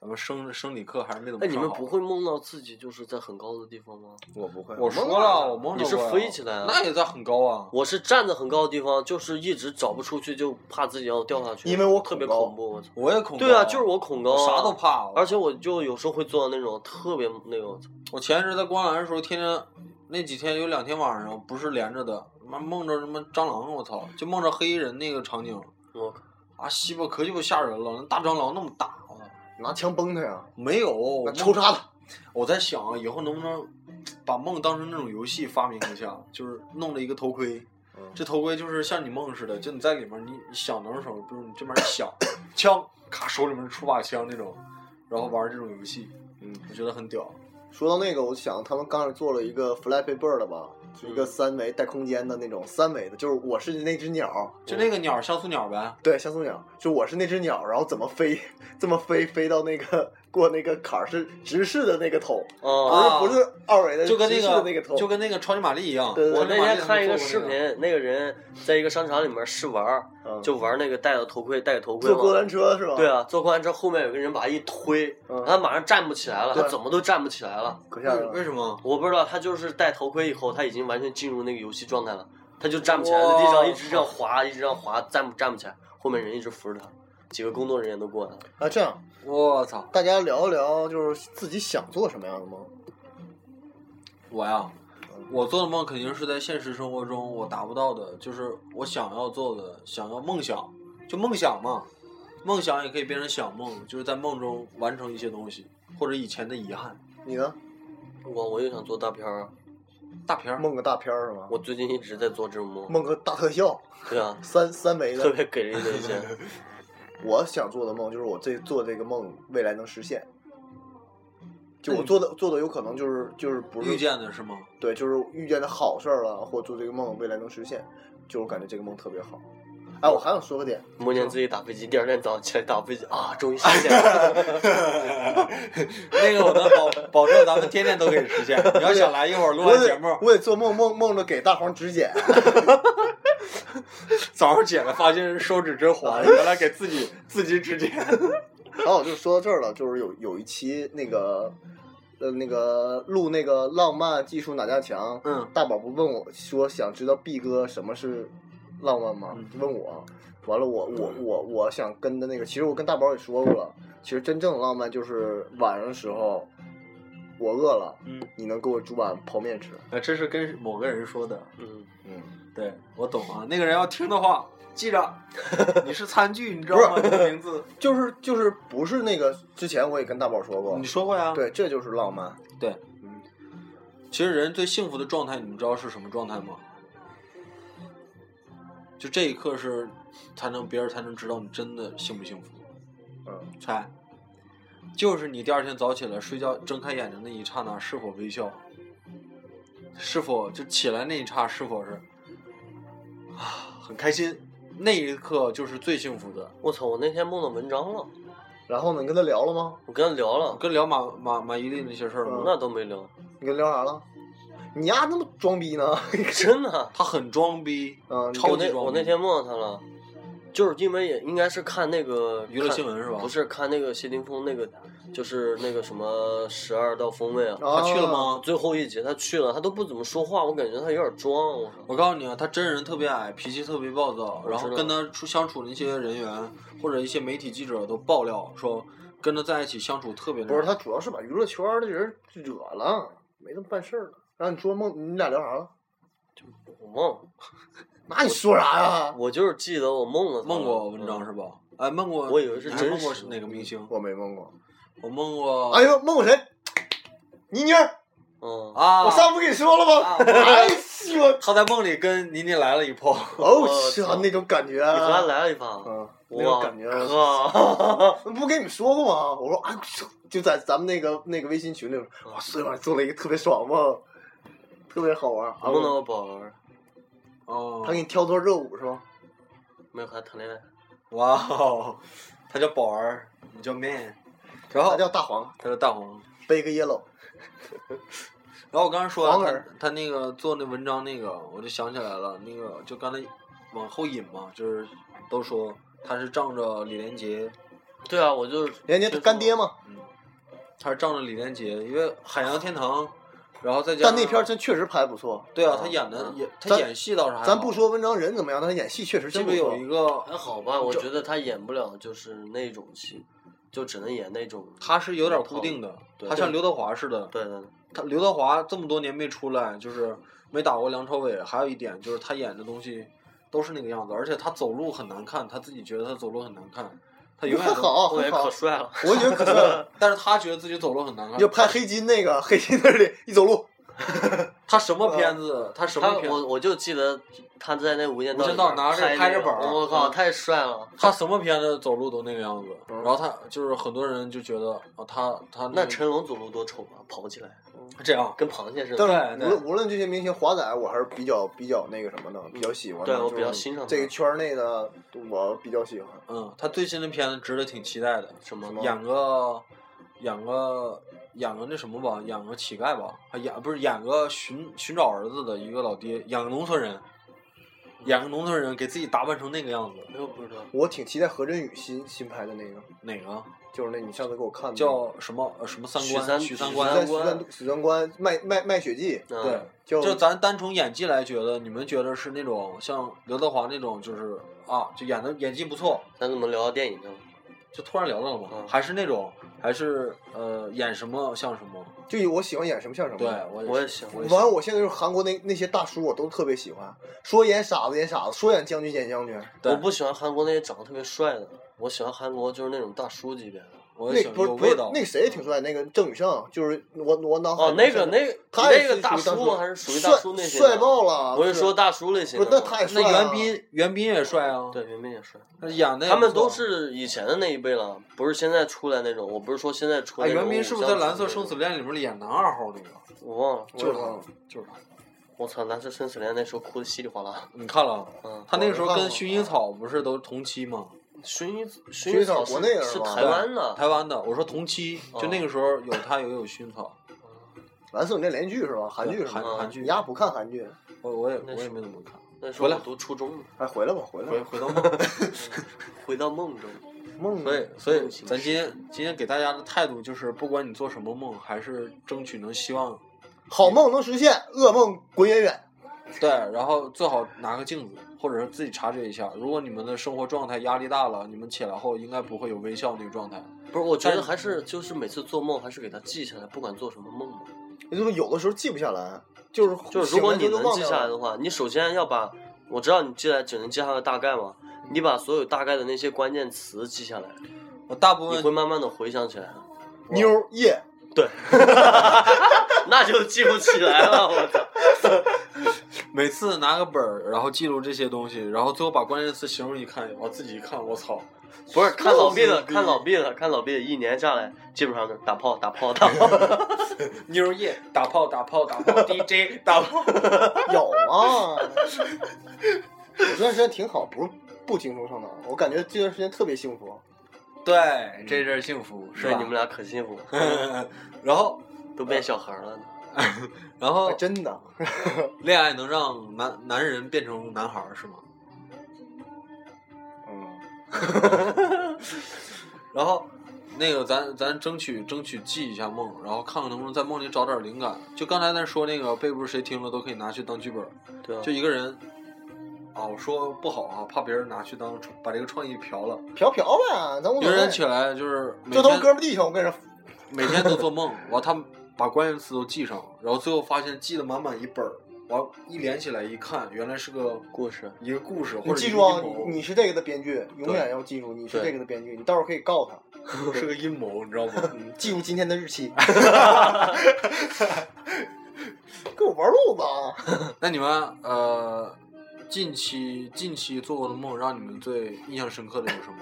Speaker 4: 咱们生生理课还是没怎么
Speaker 5: 哎，你
Speaker 4: 上
Speaker 5: 们
Speaker 4: 好啊
Speaker 5: 不会梦到自己就是在很高的地方吗？
Speaker 2: 我不会，
Speaker 4: 我
Speaker 2: 梦
Speaker 4: 说
Speaker 2: 到
Speaker 4: 了，我梦
Speaker 5: 你
Speaker 4: 到
Speaker 5: 是
Speaker 4: 过呀
Speaker 5: 飞起来啊
Speaker 4: 那也在很高啊。
Speaker 5: 我是站在很高的地方，就是一直找不出去，就怕自己要掉下去。
Speaker 2: 因为我
Speaker 5: 特别
Speaker 2: 恐高
Speaker 5: 恐怖，我操！
Speaker 4: 我也恐高
Speaker 5: 对啊，就是我恐高、
Speaker 4: 我啥都。怕。啊
Speaker 5: 而且我就有时候会做到那种特别那种，
Speaker 4: 我前一阵在观澜的时候，天天那几天有两天晚上不是连着的，妈梦着什么蟑螂，我操，就梦着黑衣人那个场景，
Speaker 5: 我靠，
Speaker 4: 啊西巴可鸡巴吓人了，那大蟑螂那么大，我操，
Speaker 2: 拿枪崩他呀，
Speaker 4: 没有，我
Speaker 2: 那
Speaker 4: 梦
Speaker 2: 抽插他。
Speaker 4: 我在想以后能不能把梦当成那种游戏发明一下，就是弄了一个头盔。
Speaker 2: 嗯
Speaker 4: 这头盔就是像你梦似的，就你在里面，你你想能手，比如你这边想枪，咔手里面出把枪那种，然后玩这种游戏，
Speaker 2: 嗯，
Speaker 4: 我觉得很屌。
Speaker 2: 说到那个，我想他们刚才做了一个 Flappy Bird 了吧，是
Speaker 4: 嗯
Speaker 2: 一个三维带空间的那种三维的，就是我是那只鸟，
Speaker 4: 就那个鸟儿，像素鸟呗。
Speaker 2: 对，像素鸟，就我是那只鸟，然后怎么飞，这么飞飞到那个过那个坎儿是直视的那个头，不是、
Speaker 5: 哦、
Speaker 4: 啊
Speaker 2: 不呃是二维的，
Speaker 4: 就跟
Speaker 2: 直
Speaker 4: 那
Speaker 2: 视的
Speaker 4: 个
Speaker 2: 那个头，
Speaker 4: 就跟那个超级玛丽一样。
Speaker 2: 对对对
Speaker 5: 我那天看一个
Speaker 4: 个
Speaker 5: 视，频，那个人在一个商场里面试玩儿，
Speaker 2: 嗯
Speaker 5: 就玩那个戴着头盔，戴着头盔
Speaker 2: 坐
Speaker 5: 嘛。
Speaker 2: 过山车是吧？
Speaker 5: 对啊，坐过山车后面有个人把他一推，
Speaker 2: 嗯
Speaker 5: 他马上站不起来了，
Speaker 2: 对
Speaker 5: 他怎么都站不起来了。
Speaker 2: 可吓人
Speaker 4: 为
Speaker 2: 了。
Speaker 4: 为什么？
Speaker 5: 我不知道他就是戴头盔以后，他已经完全进入那个游戏状态了，他就站不起来，在地
Speaker 4: 哇
Speaker 5: 上一直这样滑，一直这样滑，站不站不起来，后面人一直扶着他，几个工作人员都过来了。
Speaker 2: 啊，这样
Speaker 4: 我操！
Speaker 2: 大家聊一聊，就是自己想做什么样的梦。
Speaker 4: 我呀，我做的梦肯定是在现实生活中我达不到的，就是我想要做的，想要梦想，就梦想嘛。梦想也可以变成想梦，就是在梦中完成一些东西，或者以前的遗憾。
Speaker 2: 你呢？
Speaker 5: 我我又想做大片儿啊，
Speaker 4: 大片儿，
Speaker 2: 梦个大片儿是吗？
Speaker 5: 我最近一直在做这 种梦。
Speaker 2: 梦个大特效，
Speaker 5: 对啊，
Speaker 2: 三三维的。
Speaker 5: 特别给力的一些。
Speaker 2: 我想做的梦就是我这做这个梦未来能实现，就我做的做的有可能就是就是不
Speaker 4: 遇
Speaker 2: 是
Speaker 4: 见的是吗？
Speaker 2: 对，就是遇见的好事儿了，或做这个梦未来能实现，就我感觉这个梦特别好。哎，我还想说个点，
Speaker 5: 梦见自己打飞机，第二天早上起来打飞机啊， 终于实现了。
Speaker 4: 那个我能保保证咱们天天都可以实现。你要想来一会儿录
Speaker 2: 我
Speaker 4: 完节
Speaker 2: 得
Speaker 4: 目，
Speaker 2: 我得做梦梦梦着给大黄指检，
Speaker 4: 早上起来发现手指真 黄，原来给自己自己指尖。
Speaker 2: 然后我就说到这儿了，就是有有一期那个呃那个录那个浪漫技术哪家强，
Speaker 4: 嗯，
Speaker 2: 大宝不问我说想知道 B 哥什么是浪漫吗？
Speaker 4: 嗯
Speaker 2: 问我，完了我我我我想跟的那个，其实我跟大宝也说过了，其实真正的浪漫就是晚上的时候我饿了，
Speaker 4: 嗯，
Speaker 2: 你能给我煮碗泡面吃，
Speaker 4: 呃，这是跟某个人说的，
Speaker 5: 嗯，
Speaker 2: 嗯，
Speaker 4: 对我懂啊。那个人要听的话，记 着，你是餐具，你知道吗？你的名 字，
Speaker 2: 就是就是不是那个之前我也跟大宝说过
Speaker 4: 你，说过呀。
Speaker 2: 对，这就是浪漫，
Speaker 4: 对，
Speaker 2: 嗯，
Speaker 4: 其实人最幸福的状态，你们知道是什么状态吗？就这一刻是，才能别人才能知道你真的幸不幸福。
Speaker 2: 嗯，
Speaker 4: 猜，就是你第二天早起来睡觉，睁开眼睛那一刹那是否微笑，是否就起来那一刹是否是啊很开心，那一刻就是最幸福的。
Speaker 5: 我操，我那天梦到文章了，
Speaker 2: 然后呢，你跟他聊了吗？
Speaker 5: 我跟他聊了，
Speaker 4: 跟聊马马马伊琍那些事儿吗？
Speaker 5: 那都没聊，
Speaker 2: 你跟他聊啥了？你丫那么装逼呢？
Speaker 5: 真的。啊
Speaker 4: 他很装逼，
Speaker 2: 嗯，
Speaker 4: 超
Speaker 5: 我
Speaker 4: 级
Speaker 5: 那
Speaker 4: 装逼。
Speaker 5: 我那天梦到他了，就是因为也应该是看那个
Speaker 4: 娱乐
Speaker 5: 看
Speaker 4: 新闻是吧
Speaker 5: 不是看那个谢霆锋那个，就是那个什么十二道锋味啊，
Speaker 4: 他去了吗？
Speaker 5: 最后一集他去了，他都不怎么说话，我感觉他有点装。我靠
Speaker 4: 我告诉你啊，他真人特别矮，脾气特别暴躁，
Speaker 5: 我
Speaker 4: 然后
Speaker 5: 知道
Speaker 4: 跟他处相处的一些人员或者一些媒体记者都爆料说，跟他在一起相处特别
Speaker 2: 不是，
Speaker 4: 难
Speaker 2: 他主要是把娱乐圈的人惹了，没那么办事儿了。然后你说梦，你俩聊啥了？
Speaker 5: 我梦，
Speaker 2: 那你说啥呀？
Speaker 5: 我就是记得我梦了他，
Speaker 4: 梦过文章
Speaker 5: 嗯
Speaker 4: 是吧？哎，梦过，
Speaker 5: 我以为是
Speaker 4: 你还
Speaker 5: 真
Speaker 4: 梦过
Speaker 5: 实
Speaker 4: 哪个明星？
Speaker 2: 我没梦过。
Speaker 4: 我梦过，
Speaker 2: 哎呦，梦过谁？倪妮儿，
Speaker 5: 嗯，
Speaker 4: 啊，
Speaker 2: 我上次不跟你说了
Speaker 4: 啊
Speaker 2: 吗？哎呦，
Speaker 4: 他在梦里跟倪妮来了一炮，
Speaker 2: 哦，
Speaker 5: 啊我操
Speaker 2: 操，那种感觉
Speaker 5: 你和他
Speaker 2: 啊，
Speaker 5: 来了一发，
Speaker 2: 嗯，那
Speaker 5: 我
Speaker 2: 种感觉，
Speaker 5: 靠，
Speaker 2: 不跟你们说过吗？我说，哎呦，就在咱们那个那个微信群里，我昨晚做了一个特别爽梦，特别好玩。
Speaker 5: 我梦到我宝儿
Speaker 4: 哦
Speaker 2: 他给你跳段热舞是吗？
Speaker 5: 没有和他谈恋爱，
Speaker 4: 哇哦，他叫宝儿，你叫 man，然后
Speaker 2: 他叫大黄，
Speaker 4: 他叫大黄，
Speaker 2: 背个 yellow。
Speaker 4: 然后我刚才说啊
Speaker 2: 黄
Speaker 4: 他
Speaker 2: 儿
Speaker 4: 他那个做那文章那个，我就想起来了，那个就刚才往后引嘛，就是都说他是仗着李连杰，
Speaker 5: 对啊，我就是
Speaker 2: 人家干爹嘛，
Speaker 4: 嗯，他是仗着李连杰，因为《海洋天堂》，然后再加
Speaker 2: 但
Speaker 4: 上
Speaker 2: 那片儿真确实拍不错。
Speaker 4: 对啊，他演的
Speaker 5: 嗯
Speaker 4: 演他
Speaker 2: 咱
Speaker 4: 演戏倒是还好
Speaker 2: 咱不，说文章人怎么样，但他演戏确实
Speaker 4: 这
Speaker 2: 真
Speaker 4: 个
Speaker 2: 不啊
Speaker 4: 有
Speaker 2: 错。
Speaker 4: 一个
Speaker 5: 还好吧，我觉得他演不了就是那种戏，就只能演那种。
Speaker 4: 他是有点
Speaker 2: 啊
Speaker 4: 固定的，
Speaker 5: 对
Speaker 4: 他像刘德华似的，
Speaker 5: 对对对，
Speaker 4: 他刘德华这么多年没出来，就是没打过梁朝伟。还有一点就是他演的东西都是那个样子，而且他走路很难看，他自己觉得他走路很难看，他永远
Speaker 2: 很
Speaker 4: 都，
Speaker 2: 好，
Speaker 5: 我也
Speaker 2: 很好
Speaker 4: 哦
Speaker 5: 可，帅了。
Speaker 2: 我觉得可帅了。
Speaker 4: 但是他觉得自己走路很难
Speaker 2: 你
Speaker 4: 看。
Speaker 2: 就拍黑金那个，黑金那里一走路，
Speaker 4: 他什么片子？他什
Speaker 5: 呃他
Speaker 4: 么片？
Speaker 5: 我我就记得他在那无间道
Speaker 4: 无间
Speaker 5: 里面
Speaker 4: 道
Speaker 5: 拍那个，
Speaker 4: 拿着拍着本儿嗯
Speaker 5: 我靠，太帅了！
Speaker 4: 他什么片子走路都那个样子，然后他就是很多人就觉得啊，他他
Speaker 5: 嗯那
Speaker 4: 个
Speaker 5: 成龙走路多丑啊，跑起来
Speaker 4: 这样，
Speaker 5: 跟螃蟹似
Speaker 2: 但
Speaker 5: 的。
Speaker 4: 哎
Speaker 2: 是
Speaker 4: 对对
Speaker 2: 无论无论这些明星，华仔我还是比较比较那个什么的，比较喜欢的。
Speaker 5: 对
Speaker 2: 就
Speaker 5: 我
Speaker 2: 是
Speaker 5: 比较欣赏他
Speaker 2: 这个圈儿内的，我比较喜欢。
Speaker 4: 嗯，他最新的片子值得挺期待的，
Speaker 5: 什么
Speaker 4: 演个演个演个那什么吧，演个乞丐吧，还演不是演个寻寻找儿子的一个老爹，演个农村人，演个农村人给自己打扮成那个样子，
Speaker 5: 没有不知道，
Speaker 2: 我挺期待何振宇新新拍的那个，
Speaker 4: 哪个
Speaker 2: 就是那你上次给我看的
Speaker 4: 叫什么呃什么三
Speaker 5: 许
Speaker 4: 观？
Speaker 5: 三
Speaker 4: 许三
Speaker 5: 许
Speaker 4: 观，
Speaker 2: 许三许三观卖卖卖血记，
Speaker 5: 嗯
Speaker 4: 对，
Speaker 2: 就
Speaker 4: 就咱单从演技来觉得，你们觉得是那种像刘德华那种，就是啊，就演的演技不错，
Speaker 5: 咱怎么聊到电影去了？
Speaker 4: 就突然聊到了吗？
Speaker 5: 嗯
Speaker 4: 还是那种，还是呃演什么像什么？
Speaker 2: 就有我喜欢演什么像什么。
Speaker 4: 对，我
Speaker 5: 我也
Speaker 4: 是
Speaker 5: 喜欢
Speaker 4: 我也
Speaker 2: 完了，我现在就是韩国那那些大叔，我都特别喜欢，说演傻子演傻子，说演将军演将军。
Speaker 4: 对
Speaker 5: 我不喜欢韩国那些长得特别帅的，我喜欢韩国就是那种大叔级别的。
Speaker 4: 我也
Speaker 2: 那
Speaker 4: 喜欢
Speaker 2: 不是
Speaker 4: 有
Speaker 2: 不
Speaker 4: 味
Speaker 2: 是
Speaker 4: 道。
Speaker 2: 那谁也挺帅，那个郑宇盛，就是我我脑海
Speaker 5: 哦，那个那个
Speaker 2: 他也
Speaker 5: 那
Speaker 2: 是
Speaker 5: 个大
Speaker 2: 属于大
Speaker 5: 叔啊
Speaker 2: 叔
Speaker 5: 吗？还是属于
Speaker 2: 帅
Speaker 5: 大叔那些的？
Speaker 2: 帅爆了。
Speaker 5: 我是说大叔类型
Speaker 2: 不是
Speaker 5: 的吗。
Speaker 2: 那太帅
Speaker 4: 那
Speaker 2: 了。
Speaker 4: 袁彬，袁彬也帅啊，
Speaker 5: 对，袁彬也帅。
Speaker 4: 那演的也
Speaker 5: 他们
Speaker 4: 不错啊
Speaker 5: 都是以前的那一辈了，不是现在出来那种。我不是说现在出
Speaker 4: 哎，
Speaker 5: 来那种
Speaker 4: 袁
Speaker 5: 偶像剧
Speaker 4: 彬是
Speaker 5: 那种。
Speaker 4: 不是在《蓝色生死恋》里面演男二号那个？
Speaker 5: 我忘了。
Speaker 4: 就
Speaker 2: 我也
Speaker 4: 是
Speaker 2: 忘
Speaker 4: 他
Speaker 2: 了，
Speaker 4: 就是他。
Speaker 5: 我操，《蓝色生死恋》那时候哭的稀里哗啦。
Speaker 4: 你看了啊？
Speaker 5: 嗯，
Speaker 4: 他那个时候
Speaker 2: 我
Speaker 4: 跟
Speaker 2: 看过
Speaker 4: 薰衣草不是都同期吗？
Speaker 5: 薰衣薰
Speaker 2: 薰衣
Speaker 5: 衣
Speaker 2: 草
Speaker 5: 草
Speaker 2: 国内的
Speaker 5: 是
Speaker 2: 是吧
Speaker 5: 台湾的，
Speaker 4: 台湾的，我说同期，就
Speaker 5: 哦
Speaker 4: 那个时候有他，也有薰衣草。
Speaker 2: 蓝色你那连续剧是吧？韩剧是
Speaker 4: 韩
Speaker 2: 吗？
Speaker 4: 韩剧
Speaker 2: 你丫不看韩剧？
Speaker 4: 我我也我
Speaker 5: 那
Speaker 4: 也
Speaker 5: 是
Speaker 4: 没怎么看。
Speaker 5: 那时
Speaker 4: 回
Speaker 5: 候
Speaker 4: 来
Speaker 5: 我读初中呢。
Speaker 2: 哎，回来吧，回来吧。
Speaker 4: 回到梦，
Speaker 5: 回到梦中，
Speaker 2: 梦
Speaker 5: 嗯
Speaker 4: 所以所以咱今天今天给大家的态度就是，不管你做什么梦，还是争取能希望
Speaker 2: 好梦能实现，噩梦滚远远。
Speaker 4: 对，然后最好拿个镜子，或者是自己察觉一下。如果你们的生活状态压力大了，你们起来后应该不会有微笑那个状态。
Speaker 5: 不是，我觉
Speaker 4: 但
Speaker 5: 得还是就是每次做梦还是给它记下来，不管做什么梦嘛。
Speaker 2: 你怎么有的时候记不下来？就是
Speaker 5: 就是如果你
Speaker 2: 醒了
Speaker 5: 能
Speaker 2: 就忘
Speaker 5: 记
Speaker 2: 掉
Speaker 5: 下来
Speaker 2: 了
Speaker 5: 的话，你首先要把，我知道你记下来只能记下个大概嘛，你把所有大概的那些关键词记下来，
Speaker 4: 我大部
Speaker 5: 你会
Speaker 4: 分
Speaker 5: 慢慢的回想起来。
Speaker 2: 妞儿夜，
Speaker 5: 对，那就记不起来了，我操！
Speaker 4: 每次拿个本儿，然后记录这些东西，然后最后把关键词形容一看，我自己一看，我操，
Speaker 5: 不是看老毕的，
Speaker 4: 逼
Speaker 5: 看老毕的，看老毕的，一年下来基本上都是打炮，打炮，打炮。
Speaker 4: 妞儿夜打炮打炮打炮 DJ 打炮，
Speaker 2: 有啊。我这段时间挺好，不是不精虫上脑，我感觉这段时间特别幸福。
Speaker 4: 对，这阵儿幸福是
Speaker 5: 对，
Speaker 4: 吧？
Speaker 5: 你们俩可幸福，
Speaker 4: 然后
Speaker 5: 都变小孩了呢。
Speaker 2: 哎
Speaker 4: 然后
Speaker 2: 真的，
Speaker 4: 恋爱能让男男人变成男孩儿是吗？
Speaker 2: 嗯，
Speaker 4: 然后那个咱咱争取争取记一下梦，然后看看能不能在梦里找点灵感。就刚才咱说那个被不是谁听了都可以拿去当剧本，
Speaker 5: 对啊，
Speaker 4: 就一个人。啊，我说不好啊，怕别人拿去当创把这个创意嫖了。
Speaker 2: 嫖嫖呗，咱无
Speaker 4: 有
Speaker 2: 所谓
Speaker 4: 人。起来就是每
Speaker 2: 这都是哥
Speaker 4: 天
Speaker 2: 们弟兄，我跟你说，
Speaker 4: 每天都做梦，完他们把关键词都记上，然后最后发现记得满满一本儿，完一连起来一看，原来是个
Speaker 5: 故事。
Speaker 4: 一个故事或
Speaker 2: 你
Speaker 4: 者
Speaker 2: 记
Speaker 4: 一个
Speaker 2: 住啊，
Speaker 4: 阴谋
Speaker 2: 你你是这个的编剧，永远
Speaker 4: 对
Speaker 2: 要记住你是
Speaker 4: 对
Speaker 2: 这个的编剧，你到时候可以告他。
Speaker 4: 是个阴谋，你知道吗？
Speaker 2: 嗯记住今天的日 期。跟我玩路子啊！
Speaker 4: 那你们呃，近期近期做过的梦让你们最印象深刻的有什么？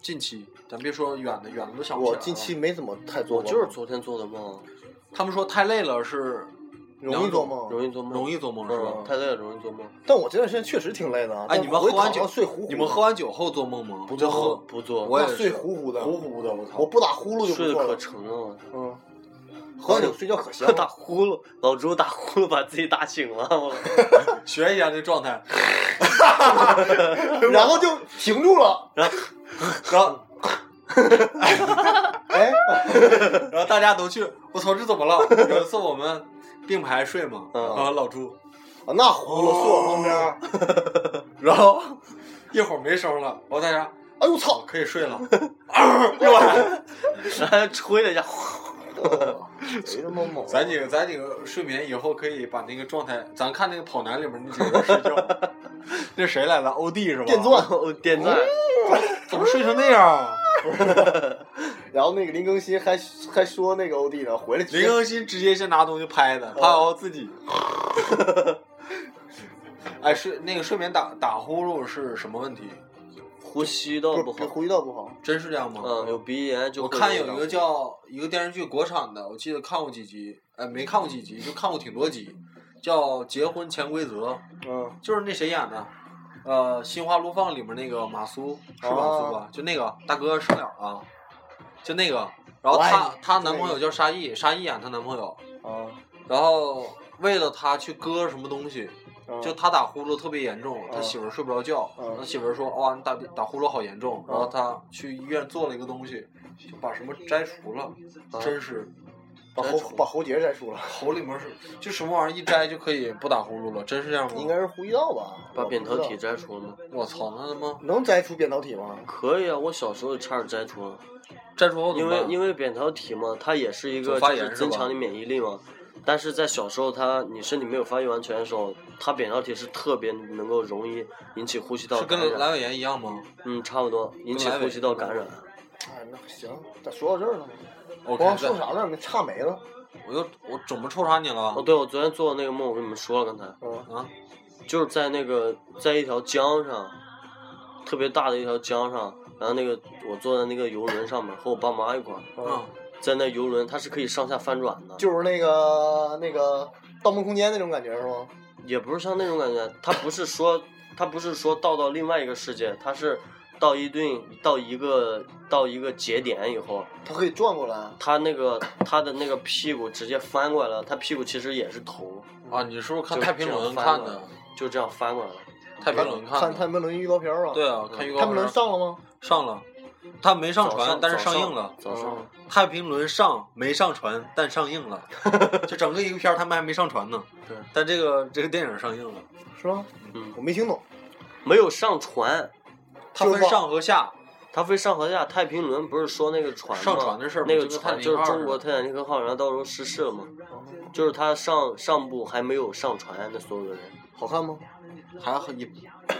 Speaker 4: 近期，咱别说远的，远的都想不起
Speaker 2: 我
Speaker 4: 来了。
Speaker 2: 近期没怎么太做
Speaker 5: 我
Speaker 2: 过梦，
Speaker 5: 就是昨天做的梦，
Speaker 4: 他们说太累了是
Speaker 2: 哦容易做梦，
Speaker 5: 容易做梦，
Speaker 4: 容易做梦是吧？
Speaker 5: 嗯，太累了容易做梦。
Speaker 2: 但我这段时间确实挺累的啊。
Speaker 4: 哎，
Speaker 2: 但
Speaker 4: 你们
Speaker 2: 呃我一
Speaker 4: 喝完
Speaker 2: 躺
Speaker 4: 酒
Speaker 2: 上睡呼呼，
Speaker 4: 你们喝完酒后做梦吗？
Speaker 5: 不
Speaker 4: 就
Speaker 5: 做
Speaker 4: 喝
Speaker 5: 梦，不做，
Speaker 4: 我也
Speaker 2: 那
Speaker 4: 是
Speaker 2: 睡呼呼的
Speaker 4: 呼呼的，我
Speaker 2: 我
Speaker 4: 操！
Speaker 2: 不打呼噜就
Speaker 5: 睡
Speaker 2: 不错
Speaker 5: 得可
Speaker 2: 了。
Speaker 5: 沉了，我操
Speaker 2: 嗯，喝酒睡觉可香
Speaker 5: 打
Speaker 2: 了。
Speaker 5: 呼噜，老朱打呼噜把自己打醒了，我
Speaker 4: 学一下这 状态，
Speaker 2: 然后就停住了。
Speaker 4: 然后
Speaker 2: 哎，
Speaker 4: 然后大家都去，我操，这怎么了？有一次我们并排睡嘛，
Speaker 5: 嗯
Speaker 4: 然后老朱，
Speaker 2: 那葫芦坐我旁边，
Speaker 4: 然后一会儿没声了，然后大家
Speaker 2: 哎呦
Speaker 4: 操
Speaker 2: 操！
Speaker 4: 可以睡 了，又来，
Speaker 5: 然后吹了一下，
Speaker 2: 谁他妈猛？
Speaker 4: 咱几个咱几个睡眠以后可以把那个状态，咱看那个跑男里面那几个人睡觉，那谁来的？欧弟是吧？
Speaker 2: 电钻
Speaker 5: 哦点赞，
Speaker 4: 怎么睡成那样？啊
Speaker 2: 然后那个林更新还还说那个欧弟呢，回来直接
Speaker 4: 林更新直接先拿东西拍的，潘瑶自己。 哎，睡那个睡眠打打呼噜是什么问题？
Speaker 5: 呼吸道不
Speaker 2: 不是
Speaker 5: 好，
Speaker 2: 呼吸道不好。
Speaker 4: 真是这样吗？
Speaker 5: 嗯，有鼻炎就
Speaker 4: 我
Speaker 5: 会
Speaker 4: 看有
Speaker 5: 这
Speaker 4: 一
Speaker 5: 样
Speaker 4: 个叫一个电视剧，国产的，我记得看过几集，哎，没看过几集，就看过挺多集，叫《结婚潜规则》，
Speaker 2: 嗯，
Speaker 4: 就是那谁演的，呃，《心花怒放》里面那个马苏是马
Speaker 2: 哦
Speaker 4: 苏吧？就那个大哥上脸啊，就那个，然
Speaker 2: 我
Speaker 4: 后
Speaker 2: 爱
Speaker 4: 她
Speaker 2: 你
Speaker 4: 她
Speaker 2: 就那
Speaker 4: 男朋友叫沙溢，沙溢演她男朋友，
Speaker 2: 啊，
Speaker 4: 然后为了她去割什么东西，
Speaker 2: 嗯
Speaker 4: 就他打呼噜特别严重，他
Speaker 2: 嗯
Speaker 4: 媳妇儿睡不着觉，
Speaker 2: 嗯
Speaker 4: 他媳妇儿说：“哇，你打打呼噜好严重。”
Speaker 2: 嗯
Speaker 4: 然后他去医院做了一个东西，就把什么摘除了，
Speaker 2: 哦
Speaker 4: 真是
Speaker 2: 把
Speaker 4: 摘
Speaker 2: 喉
Speaker 4: 除
Speaker 2: 把喉结摘除了，
Speaker 4: 喉里面是就什么玩意儿一摘就可以不打呼噜了，真是这样吗
Speaker 2: 应？该是呼吸道吧？我
Speaker 5: 把
Speaker 2: 不
Speaker 5: 扁桃
Speaker 2: 知道
Speaker 5: 体摘除了吗？
Speaker 4: 我操，那他妈
Speaker 2: 能摘出扁桃体吗？
Speaker 5: 可以啊，我小时候差点摘除，
Speaker 4: 摘除后怎
Speaker 5: 因
Speaker 4: 么
Speaker 5: 为
Speaker 4: 办？
Speaker 5: 因为扁桃体嘛，它也是一
Speaker 4: 总
Speaker 5: 个
Speaker 4: 发
Speaker 5: 就
Speaker 4: 炎
Speaker 5: 是增
Speaker 4: 是吧
Speaker 5: 强你免疫力嘛。但是在小时候它，你身体没有发育完全的时候，它扁桃体是特别能够容易引起呼吸道
Speaker 4: 是
Speaker 5: 感
Speaker 4: 跟阑
Speaker 5: 染，
Speaker 4: 尾炎一样吗？
Speaker 5: 嗯，差不多引起
Speaker 4: 跟阑尾
Speaker 5: 呼吸道感染。
Speaker 4: 啊
Speaker 2: 哎，那行，咋说到这儿了呢？
Speaker 4: 我
Speaker 2: 光
Speaker 4: 看
Speaker 2: 说啥呢？那差没了。
Speaker 4: 我又我怎么抽查你了
Speaker 5: 哦，？对，我昨天做的那个梦，我跟你们说了，刚才
Speaker 2: 嗯
Speaker 4: 啊，
Speaker 5: 就是在那个在一条江上，特别大的一条江上，然后那个我坐在那个游轮上面，和我爸妈一块儿，
Speaker 2: 嗯，
Speaker 5: 在那游轮它是可以上下翻转的，
Speaker 2: 就是那个那个《盗梦空间》那种感觉是吗？
Speaker 5: 也不是像那种感觉，它不是说它不是说到到另外一个世界，它是到一定到一个到一个节点以后，
Speaker 2: 它可以转过来。啊
Speaker 5: 它那个它的那个屁股直接翻过来了，它屁股其实也是头，
Speaker 4: 啊，你是不是看
Speaker 5: 就
Speaker 4: 太平
Speaker 5: 这样
Speaker 4: 轮
Speaker 5: 翻
Speaker 4: 看
Speaker 5: 过来
Speaker 4: 的
Speaker 5: 了？就这样翻过来了。
Speaker 4: 太平轮
Speaker 2: 看
Speaker 4: 看
Speaker 2: 泰
Speaker 4: 的？
Speaker 2: 梅伦预告片啊。
Speaker 4: 对啊，看预
Speaker 2: 泰
Speaker 4: 告
Speaker 2: 梅
Speaker 4: 片
Speaker 2: 伦
Speaker 4: 儿
Speaker 2: 上了吗？
Speaker 4: 上了，他没上
Speaker 5: 早
Speaker 4: 传，但是
Speaker 5: 早上
Speaker 4: 映了。嗯
Speaker 5: 早上了
Speaker 4: 太平轮上没上传，但上映了，就整个一个片儿他们还没上传呢。
Speaker 5: 对，
Speaker 4: 但这个这个电影上映了，
Speaker 2: 是吗？
Speaker 5: 嗯
Speaker 2: 我没听懂。
Speaker 5: 没有上船，
Speaker 4: 它
Speaker 2: 就
Speaker 4: 分
Speaker 2: 往
Speaker 4: 上和下，
Speaker 5: 它飞上和下太平轮不是说那个船吗？
Speaker 4: 上船的事儿
Speaker 5: 那
Speaker 4: 不
Speaker 5: 个
Speaker 4: 就跟
Speaker 5: 船
Speaker 4: 泰坦尼克
Speaker 5: 就
Speaker 4: 号哦
Speaker 5: 是
Speaker 4: 似的
Speaker 5: 中国泰坦尼克号，然后到时候失事了嘛。就是它上上部还没有上船，那所有的人
Speaker 2: 好看吗？
Speaker 4: 还很一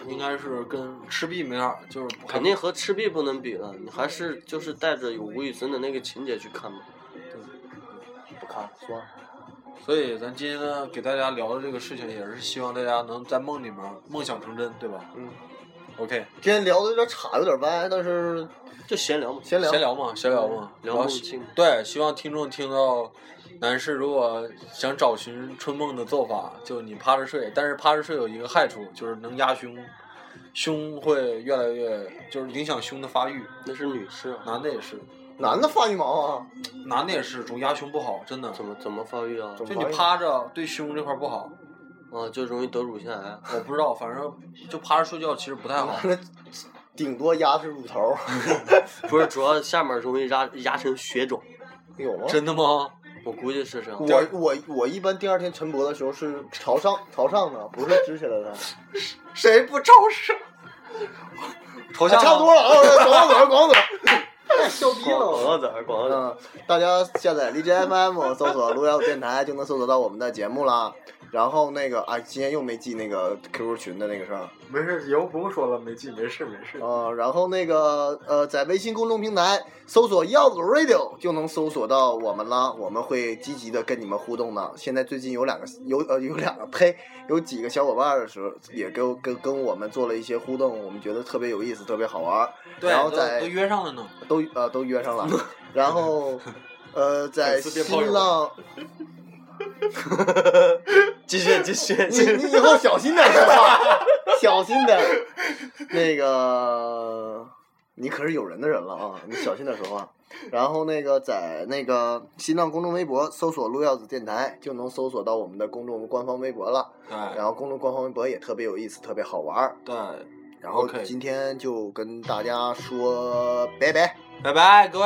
Speaker 4: 应该是跟赤壁没二，就是还
Speaker 5: 肯定和赤壁不能比了。你还是就是带着有吴宇森的那个情节去看嘛。
Speaker 2: 不看，算了。
Speaker 4: 所以咱今天呢给大家聊的这个事情，也是希望大家能在梦里面梦想成真，对吧
Speaker 2: 嗯，
Speaker 4: ？OK，
Speaker 2: 今天聊的有点岔，有点歪，但是
Speaker 5: 就闲聊嘛。
Speaker 2: 闲聊。
Speaker 4: 闲聊嘛，闲聊嘛，
Speaker 5: 聊
Speaker 4: 然后
Speaker 5: 梦
Speaker 4: 希
Speaker 5: 境
Speaker 4: 对，希望听众听到，男士如果想找寻春梦的做法，就你趴着睡，但是趴着睡有一个害处，就是能压胸，胸会越来越，就是影响胸的发育。
Speaker 5: 那是女士啊，
Speaker 4: 男的也是，
Speaker 2: 男的发育毛啊，
Speaker 4: 男的也是，总压胸不好，真的。
Speaker 5: 怎么怎么发育啊？
Speaker 2: 怎么
Speaker 4: 就你趴着对胸这块不好，
Speaker 5: 啊，就容易得乳腺癌。
Speaker 4: 我不知道，反正就趴着睡觉其实不太好。
Speaker 2: 男的顶多压是乳头，
Speaker 5: 不是，主要下面容易压压成血肿，
Speaker 2: 有吗？
Speaker 4: 真的吗？
Speaker 5: 我估计是这样。
Speaker 2: 我我我一般第二天晨勃的时候是朝上朝上的，不是支起来的。
Speaker 4: 谁不招生？朝下、
Speaker 2: 啊差不多。了啊，广告子儿广告 子儿，太哎笑逼了
Speaker 5: 广告
Speaker 2: 我。
Speaker 5: 子儿，广告子儿。
Speaker 2: 嗯，大家下载荔枝 FM，搜索“路遥电台”就能搜索到我们的节目啦。然后那个啊，今天又没记那个 QQ 群的那个事儿。
Speaker 4: 没事，以后不用说了，没记，没事没事。
Speaker 2: 呃，然后那个呃，在微信公众平台搜索“耀子 radio” 就能搜索到我们啦，我们会积极的跟你们互动的。现在最近有两个有呃有两个 呸，有几个小伙伴儿的时候也跟跟跟我们做了一些互动，我们觉得特别有意思，特别好玩儿。
Speaker 4: 对，
Speaker 2: 然后
Speaker 4: 都
Speaker 2: 在
Speaker 4: 都约上了呢。
Speaker 2: 都呃都约 上了，然后呃在
Speaker 4: 粉丝变炮友
Speaker 2: 新浪，
Speaker 5: 继续，继续，
Speaker 2: 你
Speaker 5: 继续。
Speaker 2: 你以 后小心点说话，小心点。那个你可是有人的人了啊，你小心点说话。然后那个在那个新浪公众微博搜索“路耀子电台”，就能搜索到我们的公众官方微博了。
Speaker 4: 对
Speaker 2: 然后公众官方微博也特别有意思，特别好玩儿。
Speaker 4: 对，
Speaker 2: 然后
Speaker 4: OK
Speaker 2: 今天就跟大家说拜拜。
Speaker 4: 拜拜各位，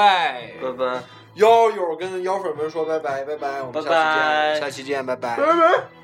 Speaker 5: 拜拜。
Speaker 4: 妖友跟妖粉们说拜拜拜拜，我们下期
Speaker 5: 拜拜
Speaker 4: 见，下期见，拜拜。
Speaker 2: 拜。